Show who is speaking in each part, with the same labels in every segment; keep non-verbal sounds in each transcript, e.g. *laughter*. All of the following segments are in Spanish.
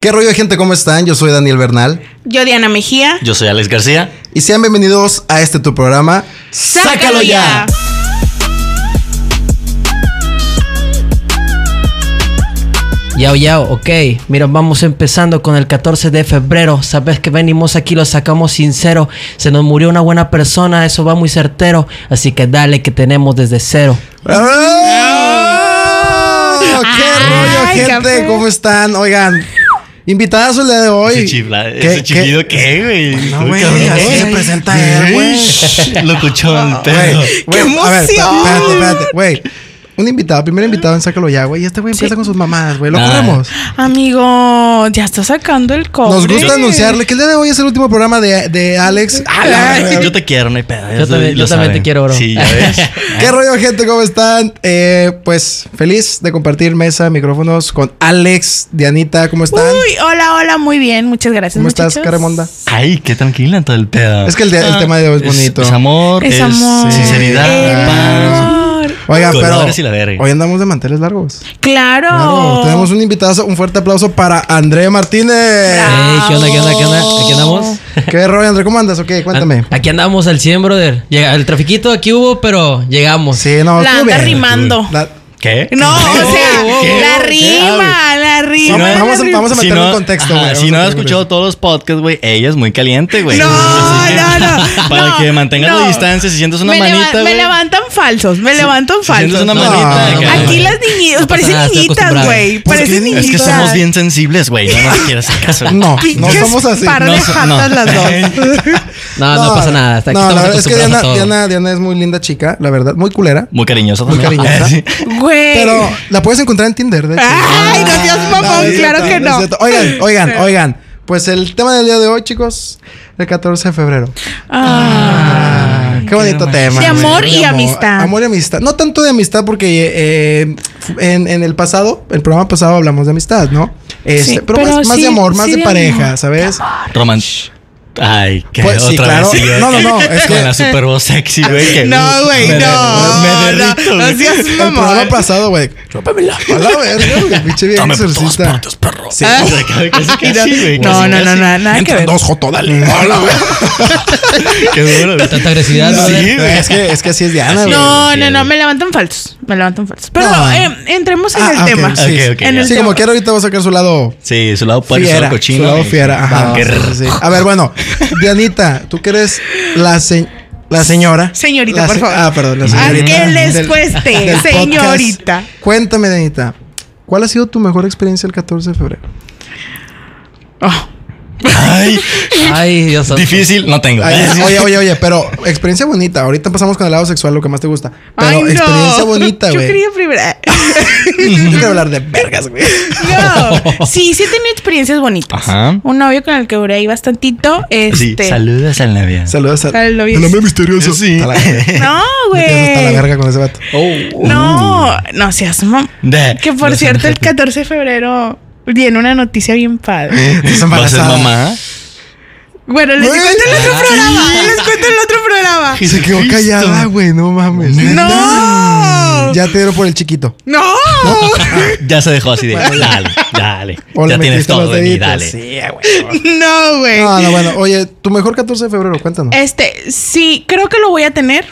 Speaker 1: ¿Qué rollo, gente? ¿Cómo están? Yo soy Daniel Bernal.
Speaker 2: Yo, Diana Mejía.
Speaker 3: Yo soy Alex García.
Speaker 1: Y sean bienvenidos a este tu programa.
Speaker 2: ¡Sácalo ya!
Speaker 4: Yao, yao, ok. Mira, vamos empezando con el 14 de febrero. Sabes que venimos aquí, lo sacamos sincero. Se nos murió una buena persona, eso va muy certero. Así que dale, que tenemos desde cero.
Speaker 1: ¡Ah! ¿Qué rollo,
Speaker 2: Ay,
Speaker 1: gente?
Speaker 2: café.
Speaker 1: ¿Cómo están? Oigan, invitadas el día de hoy.
Speaker 3: Ese, chifla,
Speaker 1: ¿Qué-
Speaker 3: ese chiflido,
Speaker 1: qué?
Speaker 3: ¿qué, güey?
Speaker 1: No,
Speaker 3: Tú,
Speaker 1: güey,
Speaker 3: cabrón.
Speaker 1: así se
Speaker 3: Güey.
Speaker 1: presenta él, güey.
Speaker 3: Shh, Locuchón,
Speaker 1: Güey,
Speaker 3: perro.
Speaker 1: güey, a ver,
Speaker 2: emoción!
Speaker 1: Espérate, espérate, güey. Un invitado, primer invitado en Sácalo ya, güey. Y este güey empieza con sus mamadas, güey. Lo
Speaker 3: Nah.
Speaker 1: corremos.
Speaker 2: Amigo, ya está sacando el cobre.
Speaker 1: Nos gusta anunciarle que el día de hoy es el último programa de, de Alex.
Speaker 3: Yo te quiero, no hay pedo.
Speaker 4: Yo también- yo también te quiero, bro.
Speaker 3: Sí, ya ves.
Speaker 1: *laughs* ¿Qué rollo, gente? ¿Cómo están? Eh, pues feliz de compartir mesa, micrófonos con Alex, Dianita, ¿cómo están?
Speaker 2: Uy, hola, houla, muy bien. Muchas gracias,
Speaker 1: ¿Cómo estás,
Speaker 2: muchachos.
Speaker 1: Caremonda?
Speaker 3: Ay, qué tranquila en todo el pedo. Ah,
Speaker 1: Es que el de- el tema de hoy es bonito.
Speaker 3: Es, amor,
Speaker 2: Es
Speaker 3: es,
Speaker 2: amor. Eh.
Speaker 3: sinceridad,
Speaker 2: El
Speaker 3: paz.
Speaker 2: amor.
Speaker 1: Oigan, pero
Speaker 3: Colores y la verga.
Speaker 1: hoy andamos de manteles largos.
Speaker 2: Claro.
Speaker 1: Claro, tenemos un invitado, un fuerte aplauso para André Martínez.
Speaker 4: Ey, ¿Qué onda, qué onda, qué onda? ¿Aquí andamos?
Speaker 1: ¿Qué rollo, André? ¿Cómo andas? Ok, oh. cuéntame.
Speaker 4: Aquí andamos al 100, brother. Llega, el trafiquito aquí hubo, pero llegamos.
Speaker 1: Sí, no,
Speaker 2: La
Speaker 1: estuvo
Speaker 2: anda
Speaker 1: bien.
Speaker 2: rimando.
Speaker 1: La-
Speaker 3: ¿Qué?
Speaker 2: No, o
Speaker 4: Oh,
Speaker 2: sea,
Speaker 4: oh,
Speaker 2: la
Speaker 4: oh,
Speaker 2: rima, la rima.
Speaker 1: no,
Speaker 2: la
Speaker 1: vamos a-
Speaker 2: rima.
Speaker 1: vamos a- meterlo en contexto, güey.
Speaker 3: Si no
Speaker 1: Vamos a meterlo
Speaker 3: has
Speaker 1: en
Speaker 3: escuchado todos los podcasts, güey, ella es muy caliente, güey.
Speaker 2: No,
Speaker 3: Así que-
Speaker 2: no, no.
Speaker 3: *laughs* Para
Speaker 2: no,
Speaker 3: que mantengas
Speaker 2: no.
Speaker 3: la distancia, si sientes una
Speaker 2: me leva-
Speaker 3: manita,
Speaker 2: me
Speaker 3: güey.
Speaker 2: levantan falsos, me levantan falsos.
Speaker 3: sientes una
Speaker 1: No,
Speaker 3: manita.
Speaker 1: no,
Speaker 3: acá.
Speaker 1: no,
Speaker 2: Aquí las niñitas,
Speaker 4: No pasa
Speaker 2: parecen
Speaker 4: nada, estoy
Speaker 2: niñitas,
Speaker 4: acostumbrado.
Speaker 2: güey.
Speaker 1: ¿Por qué?
Speaker 2: Parecen niñitas.
Speaker 3: Es que somos bien sensibles, güey.
Speaker 1: *laughs*
Speaker 3: No nos quieras hacer caso.
Speaker 2: *laughs*
Speaker 1: No, no
Speaker 2: Pinches
Speaker 1: somos así.
Speaker 2: Par de
Speaker 3: No, so-
Speaker 2: jatas
Speaker 3: no.
Speaker 2: las
Speaker 1: *laughs*
Speaker 2: dos.
Speaker 4: No, no, pasa nada. Hasta aquí
Speaker 1: no, la
Speaker 4: estamos
Speaker 1: verdad es que
Speaker 4: acostumbrados a
Speaker 1: Diana,
Speaker 4: todo.
Speaker 1: Diana, Diana es muy linda chica, la verdad, muy culera.
Speaker 3: Muy cariñoso.
Speaker 1: Muy
Speaker 3: también.
Speaker 1: cariñosa.
Speaker 3: *laughs* Sí.
Speaker 2: Güey.
Speaker 1: Pero la puedes encontrar en Tinder, de hecho. Ah,
Speaker 2: Ay, no seas mamón,
Speaker 1: es
Speaker 2: claro
Speaker 1: cierto,
Speaker 2: que
Speaker 1: es
Speaker 2: no.
Speaker 1: cierto. Oigan,
Speaker 2: *laughs*
Speaker 1: oigan, oigan. Pues el tema del día de hoy, chicos, el 14 de febrero.
Speaker 2: Ah.
Speaker 1: Qué bonito tema. güey.
Speaker 2: De amor
Speaker 1: De
Speaker 2: y amistad.
Speaker 1: Amor y amistad. No tanto de amistad porque eh, en, en el pasado, el programa pasado hablamos de amistad, ¿no? Este,
Speaker 2: Sí,
Speaker 1: pero
Speaker 2: pero
Speaker 1: más, más
Speaker 2: sí,
Speaker 1: de amor, más
Speaker 2: sí
Speaker 1: de,
Speaker 2: de
Speaker 1: pareja,
Speaker 2: amor.
Speaker 1: ¿sabes?
Speaker 3: Roman. Ay, que
Speaker 1: Pues,
Speaker 3: otra
Speaker 1: sí, claro.
Speaker 3: vez. sigue
Speaker 1: No, no, no, es
Speaker 3: con
Speaker 1: que-
Speaker 3: la super voz sexy, güey. que- uh,
Speaker 2: No, güey,
Speaker 3: Me
Speaker 2: no.
Speaker 3: derrito, me derrito,
Speaker 2: no,
Speaker 3: güey.
Speaker 2: no seas
Speaker 1: El programa
Speaker 2: mamón.
Speaker 3: *laughs*
Speaker 1: pasado, güey. A la verga, güey, pinche vieja
Speaker 3: Dame todos los
Speaker 1: exorcista.
Speaker 3: puntos, perro.
Speaker 1: Sí.
Speaker 3: O sea, casi, casi,
Speaker 2: No,
Speaker 3: casi, güey,
Speaker 2: no,
Speaker 3: casi,
Speaker 2: no, no,
Speaker 3: casi.
Speaker 2: no, nada que ver.
Speaker 1: Joto, *laughs* dale. Hola, güey.
Speaker 3: Qué duro. güey.
Speaker 4: Tanta agresividad,
Speaker 3: Sí,
Speaker 4: brother.
Speaker 3: güey.
Speaker 1: Es que, es que así es Diana,
Speaker 3: Así
Speaker 1: güey.
Speaker 3: es.
Speaker 2: No,
Speaker 3: Sí,
Speaker 2: no,
Speaker 3: sí.
Speaker 2: no, me levantan falsos. Me levantan falsos. Pero
Speaker 1: No.
Speaker 2: eh, entremos en
Speaker 1: Ah,
Speaker 2: el
Speaker 1: ok,
Speaker 2: tema.
Speaker 1: Sí,
Speaker 3: Ok, ok,
Speaker 2: En
Speaker 3: ya.
Speaker 2: el
Speaker 1: Sí, como quiera, ahorita voy a sacar su lado
Speaker 3: Sí, su lado puerco, su
Speaker 1: fiera.
Speaker 3: lado cochino.
Speaker 1: su lado
Speaker 3: güey.
Speaker 1: fiera. Ajá.
Speaker 3: Qué
Speaker 1: sí,
Speaker 3: rrr.
Speaker 1: sí, sí. A ver, bueno, Dianita, tú que eres la, se- la señora.
Speaker 2: Señorita,
Speaker 1: La
Speaker 2: por
Speaker 1: se-
Speaker 2: favor.
Speaker 1: Ah, perdón, la
Speaker 2: ¿A
Speaker 1: señorita.
Speaker 2: qué les
Speaker 1: del-
Speaker 2: cueste,
Speaker 1: del podcast.
Speaker 2: señorita?
Speaker 1: Cuéntame, Dianita, ¿cuál ha sido tu mejor experiencia el 14 de febrero?
Speaker 2: Oh,
Speaker 3: Ay,
Speaker 4: Ay, Dios santo.
Speaker 3: difícil, no tengo.
Speaker 1: Ay, oye, oye, oye, pero experiencia bonita. Ahorita pasamos con el lado sexual, lo que más te gusta. Pero
Speaker 2: ay, no.
Speaker 1: experiencia bonita,
Speaker 2: Yo
Speaker 1: güey. *laughs*
Speaker 2: quería primero.
Speaker 1: Yo quiero hablar de vergas, güey.
Speaker 2: No. Sí, sí he tenido experiencias bonitas.
Speaker 3: Ajá.
Speaker 2: Un novio con el que duré ahí bastantito.
Speaker 3: Sí,
Speaker 2: Este.
Speaker 3: saludas al Navia.
Speaker 1: Saludos a-
Speaker 2: Al novio.
Speaker 1: al hombre misterioso.
Speaker 3: Sí.
Speaker 1: Está la verga. *laughs*
Speaker 2: No,
Speaker 1: Está la
Speaker 2: güey.
Speaker 1: verga Uh. con ese
Speaker 2: *laughs*
Speaker 1: vato.
Speaker 3: *laughs* Oh.
Speaker 2: No, no
Speaker 1: *laughs*
Speaker 2: seas mam.
Speaker 3: De-
Speaker 2: Que por
Speaker 3: Los
Speaker 2: cierto, el
Speaker 3: Ángeles.
Speaker 2: 14 de febrero viene una noticia bien padre.
Speaker 1: Estás
Speaker 3: ¿Vas a ser
Speaker 1: embarazada.
Speaker 3: mamá?
Speaker 2: Bueno, les
Speaker 1: Güey.
Speaker 2: cuento el otro programa. Les cuento el otro programa.
Speaker 1: Y se quedó
Speaker 3: Jesucristo.
Speaker 1: callada, güey. No mames.
Speaker 2: ¡No!
Speaker 1: Ya te dieron por el chiquito. *laughs*
Speaker 2: ¡No!
Speaker 3: Ya se dejó así de. Dale,
Speaker 1: *laughs*
Speaker 3: dale.
Speaker 1: O le
Speaker 3: Ya tienes
Speaker 1: metiste los
Speaker 3: todo de mí,
Speaker 1: deditos.
Speaker 3: dale.
Speaker 1: Sí, güey.
Speaker 2: No, güey.
Speaker 1: No, no, bueno. Oye, tu mejor 14 de febrero, cuéntanos.
Speaker 2: Este, sí, creo que lo voy a tener.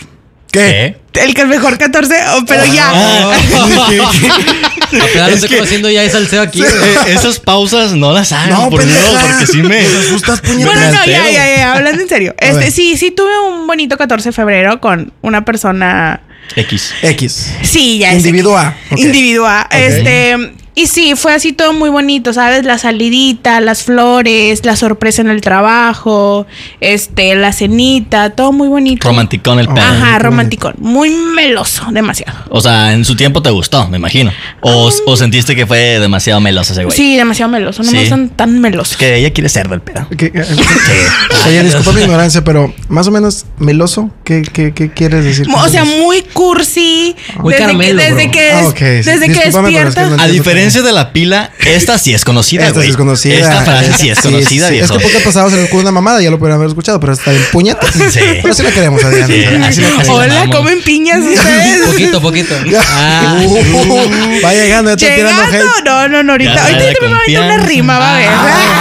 Speaker 3: ¿Qué? Ah,
Speaker 2: El que es mejor 14, oh, pero
Speaker 1: Ah, *laughs*
Speaker 2: ya.
Speaker 4: Apenas lo
Speaker 3: Es
Speaker 4: estoy
Speaker 3: que-
Speaker 4: conociendo ya es salseo aquí.
Speaker 3: *laughs* Eh, esas pausas no las hagan,
Speaker 1: No,
Speaker 3: por
Speaker 1: pendeja.
Speaker 3: Dios, porque sí me.
Speaker 1: Nos asustas, puñetas.
Speaker 3: me
Speaker 2: Bueno, no,
Speaker 3: altero.
Speaker 2: ya, ya, ya, hablando en serio.
Speaker 1: A ver.
Speaker 2: Este, sí, sí tuve un bonito 14 de febrero con una persona.
Speaker 3: X.
Speaker 1: X.
Speaker 2: Sí, ya es.
Speaker 1: Individuo A. Ok.
Speaker 2: Individual. Este. Y sí, fue así todo muy bonito, ¿sabes? La salidita, las flores, la sorpresa en el trabajo, este, la cenita, todo muy bonito.
Speaker 3: Romanticón el pedo.
Speaker 2: Ajá, romanticón. Muy meloso, demasiado.
Speaker 3: O sea, en su tiempo te gustó, me imagino. O, o sentiste que fue demasiado meloso ese güey.
Speaker 2: Ah. Sí, demasiado meloso. No
Speaker 3: Sí.
Speaker 2: me gustan tan melosos.
Speaker 3: Es que ella quiere ser del pedo.
Speaker 1: Ok, eh, *laughs* Oye, disculpa mi ignorancia, pero más o menos meloso, ¿qué, qué, qué quieres decir? con
Speaker 2: O sea,
Speaker 1: meloso?
Speaker 2: muy cursi.
Speaker 4: Muy
Speaker 2: desde
Speaker 4: caramelo,
Speaker 2: que, desde
Speaker 4: bro.
Speaker 2: que, des-
Speaker 1: Ah, ok, sí.
Speaker 2: desde que
Speaker 1: Discúlpame, pero es que
Speaker 2: despiertas.
Speaker 1: no
Speaker 3: A
Speaker 1: entiendo
Speaker 3: referencia de la pila, esta sí es conocida,
Speaker 1: Esta sí
Speaker 3: güey.
Speaker 1: es conocida.
Speaker 3: Esta frase sí es
Speaker 1: Sí,
Speaker 3: conocida,
Speaker 1: sí. Es
Speaker 3: viejo.
Speaker 1: que poco pasado se nos ocurrió una mamada, ya lo pudieran haber escuchado, pero está bien puñetas.
Speaker 3: Sí.
Speaker 1: Pero sí la queremos, Adrián.
Speaker 3: Sí, así lo- así lo
Speaker 2: Hola,
Speaker 3: amamos.
Speaker 2: comen
Speaker 3: *laughs*
Speaker 2: piñas ustedes. *laughs*
Speaker 4: Poquito, poquito.
Speaker 1: Ya.
Speaker 4: Ah,
Speaker 1: Uh, va llegando, ya está tirando
Speaker 2: Llegando.
Speaker 1: hate.
Speaker 2: No, no, no,
Speaker 3: Ya
Speaker 2: ahorita.
Speaker 3: se
Speaker 2: Ahorita
Speaker 3: da
Speaker 2: yo también me voy a aventar una
Speaker 3: confianza. Ah.
Speaker 2: rima, va a ver.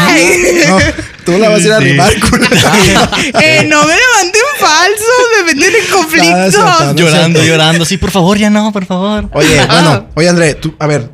Speaker 2: Ay.
Speaker 1: No, tú la vas a ir a
Speaker 3: Sí.
Speaker 1: rimar con
Speaker 2: Eh, no me levanten falso, me meten en conflictos.
Speaker 1: Yo-
Speaker 3: Llorando, llorando. Sí, por favor, ya no, por favor.
Speaker 1: Oye,
Speaker 2: Ah.
Speaker 1: bueno, oye, André, tú, a ver,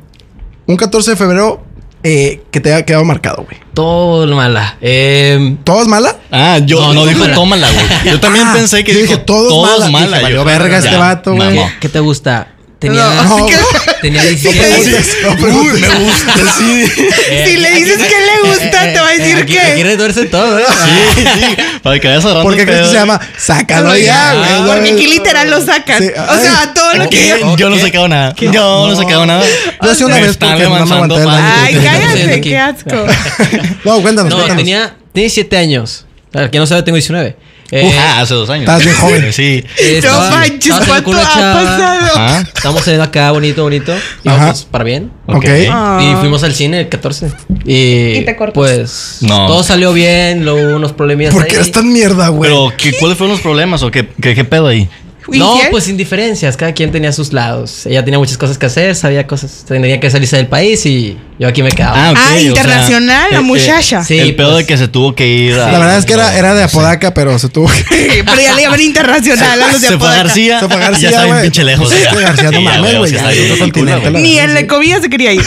Speaker 1: un 14 de febrero eh, que te ha quedado marcado, güey.
Speaker 4: todo mala. Eh,
Speaker 1: ¿Todo es mala?
Speaker 3: Ah, yo
Speaker 4: No,
Speaker 3: no,
Speaker 4: no,
Speaker 3: dijo
Speaker 4: tómala.
Speaker 3: tómala, güey. Yo también
Speaker 1: Ah,
Speaker 3: pensé que
Speaker 1: yo
Speaker 3: dijo
Speaker 1: dije, "Todo es mala". Dije, "Valió
Speaker 3: Yo,
Speaker 1: verga este
Speaker 3: ya,
Speaker 1: vato, güey".
Speaker 4: ¿qué,
Speaker 3: mamó.
Speaker 4: qué te gusta? Tenía,
Speaker 1: No.
Speaker 2: así que- *laughs*
Speaker 4: tenía
Speaker 1: Sí,
Speaker 4: 17.
Speaker 1: *laughs* no preguntes. *laughs*
Speaker 2: si le dices que le gusta, te va a decir
Speaker 4: aquí,
Speaker 2: que.
Speaker 4: Aquí le duerce todo, ¿eh?
Speaker 3: Sí, sí. Para que vayas agarrando
Speaker 1: ¿Por Ah. qué
Speaker 3: el
Speaker 1: crees que
Speaker 3: pedo.
Speaker 1: se llama? Sácalo ya,
Speaker 4: ya,
Speaker 1: güey.
Speaker 2: Porque aquí literal lo sacan.
Speaker 1: Sí,
Speaker 2: O
Speaker 1: ay.
Speaker 2: sea, todo lo que
Speaker 3: ¿Qué?
Speaker 2: yo.
Speaker 3: Yo no he sacado nada. Yo no he sacado nada.
Speaker 1: Yo hacía una
Speaker 3: Me
Speaker 1: vez
Speaker 3: están
Speaker 1: porque no me
Speaker 3: avanzando
Speaker 1: aguanté el
Speaker 3: pasos.
Speaker 1: daño.
Speaker 2: Ay,
Speaker 1: que tenía.
Speaker 2: cállate,
Speaker 4: Aquí.
Speaker 2: qué asco.
Speaker 1: *laughs* No, cuéntanos,
Speaker 4: No,
Speaker 1: cuéntanos.
Speaker 4: tenía, tenía 7 años. Para quien no sabe, tengo 19. Eh,
Speaker 3: Ah, hace dos años.
Speaker 1: Estás bien joven.
Speaker 3: Sí.
Speaker 2: No
Speaker 4: estaba-
Speaker 2: manches,
Speaker 4: estaba saliendo con
Speaker 2: ¿cuánto ha
Speaker 4: una chava.
Speaker 2: pasado?
Speaker 3: Ajá.
Speaker 4: Estamos saliendo acá bonito, bonito. Y
Speaker 1: Ajá.
Speaker 4: vamos para bien.
Speaker 1: Ok.
Speaker 3: ok.
Speaker 2: Ah.
Speaker 4: Y fuimos al cine el 14. Y,
Speaker 2: Y te cortas.
Speaker 4: pues
Speaker 3: No.
Speaker 4: todo salió bien, luego hubo unos problemillas
Speaker 1: ¿Por qué
Speaker 4: ahí.
Speaker 1: eres tan mierda, güey?
Speaker 3: Pero, ¿qué, ¿cuáles fueron los problemas o qué, qué, qué pedo ahí?
Speaker 2: ¿Y
Speaker 4: No,
Speaker 2: quién?
Speaker 4: pues indiferencias, cada quien tenía sus lados. Ella tenía muchas cosas que hacer, sabía cosas, tenía que salirse del país y yo aquí me quedaba.
Speaker 3: Ah, ok, o
Speaker 2: Ah,
Speaker 3: sea, eh,
Speaker 2: internacional, la
Speaker 4: este,
Speaker 2: muchacha.
Speaker 4: sí.
Speaker 3: el pedo
Speaker 4: pues.
Speaker 3: de que se tuvo que ir a-
Speaker 1: La verdad es que era, era de
Speaker 3: *laughs*
Speaker 1: Apodaca, pero se tuvo que.
Speaker 2: *laughs* Pero ya le llaman internacional a los de
Speaker 3: se fue a
Speaker 2: Apodaca.
Speaker 3: García.
Speaker 1: Se fue a García,
Speaker 3: ya está bien
Speaker 1: güey.
Speaker 3: pinche lejos.
Speaker 1: Sí,
Speaker 3: ya.
Speaker 1: fue a García, no
Speaker 3: *laughs* Sí, ya,
Speaker 1: mames,
Speaker 3: ya
Speaker 1: güey,
Speaker 3: está
Speaker 1: ya,
Speaker 3: bien
Speaker 1: otro
Speaker 3: del culo,
Speaker 1: continente,
Speaker 3: güey.
Speaker 2: Ni en la comida se
Speaker 3: *laughs*
Speaker 2: quería ir.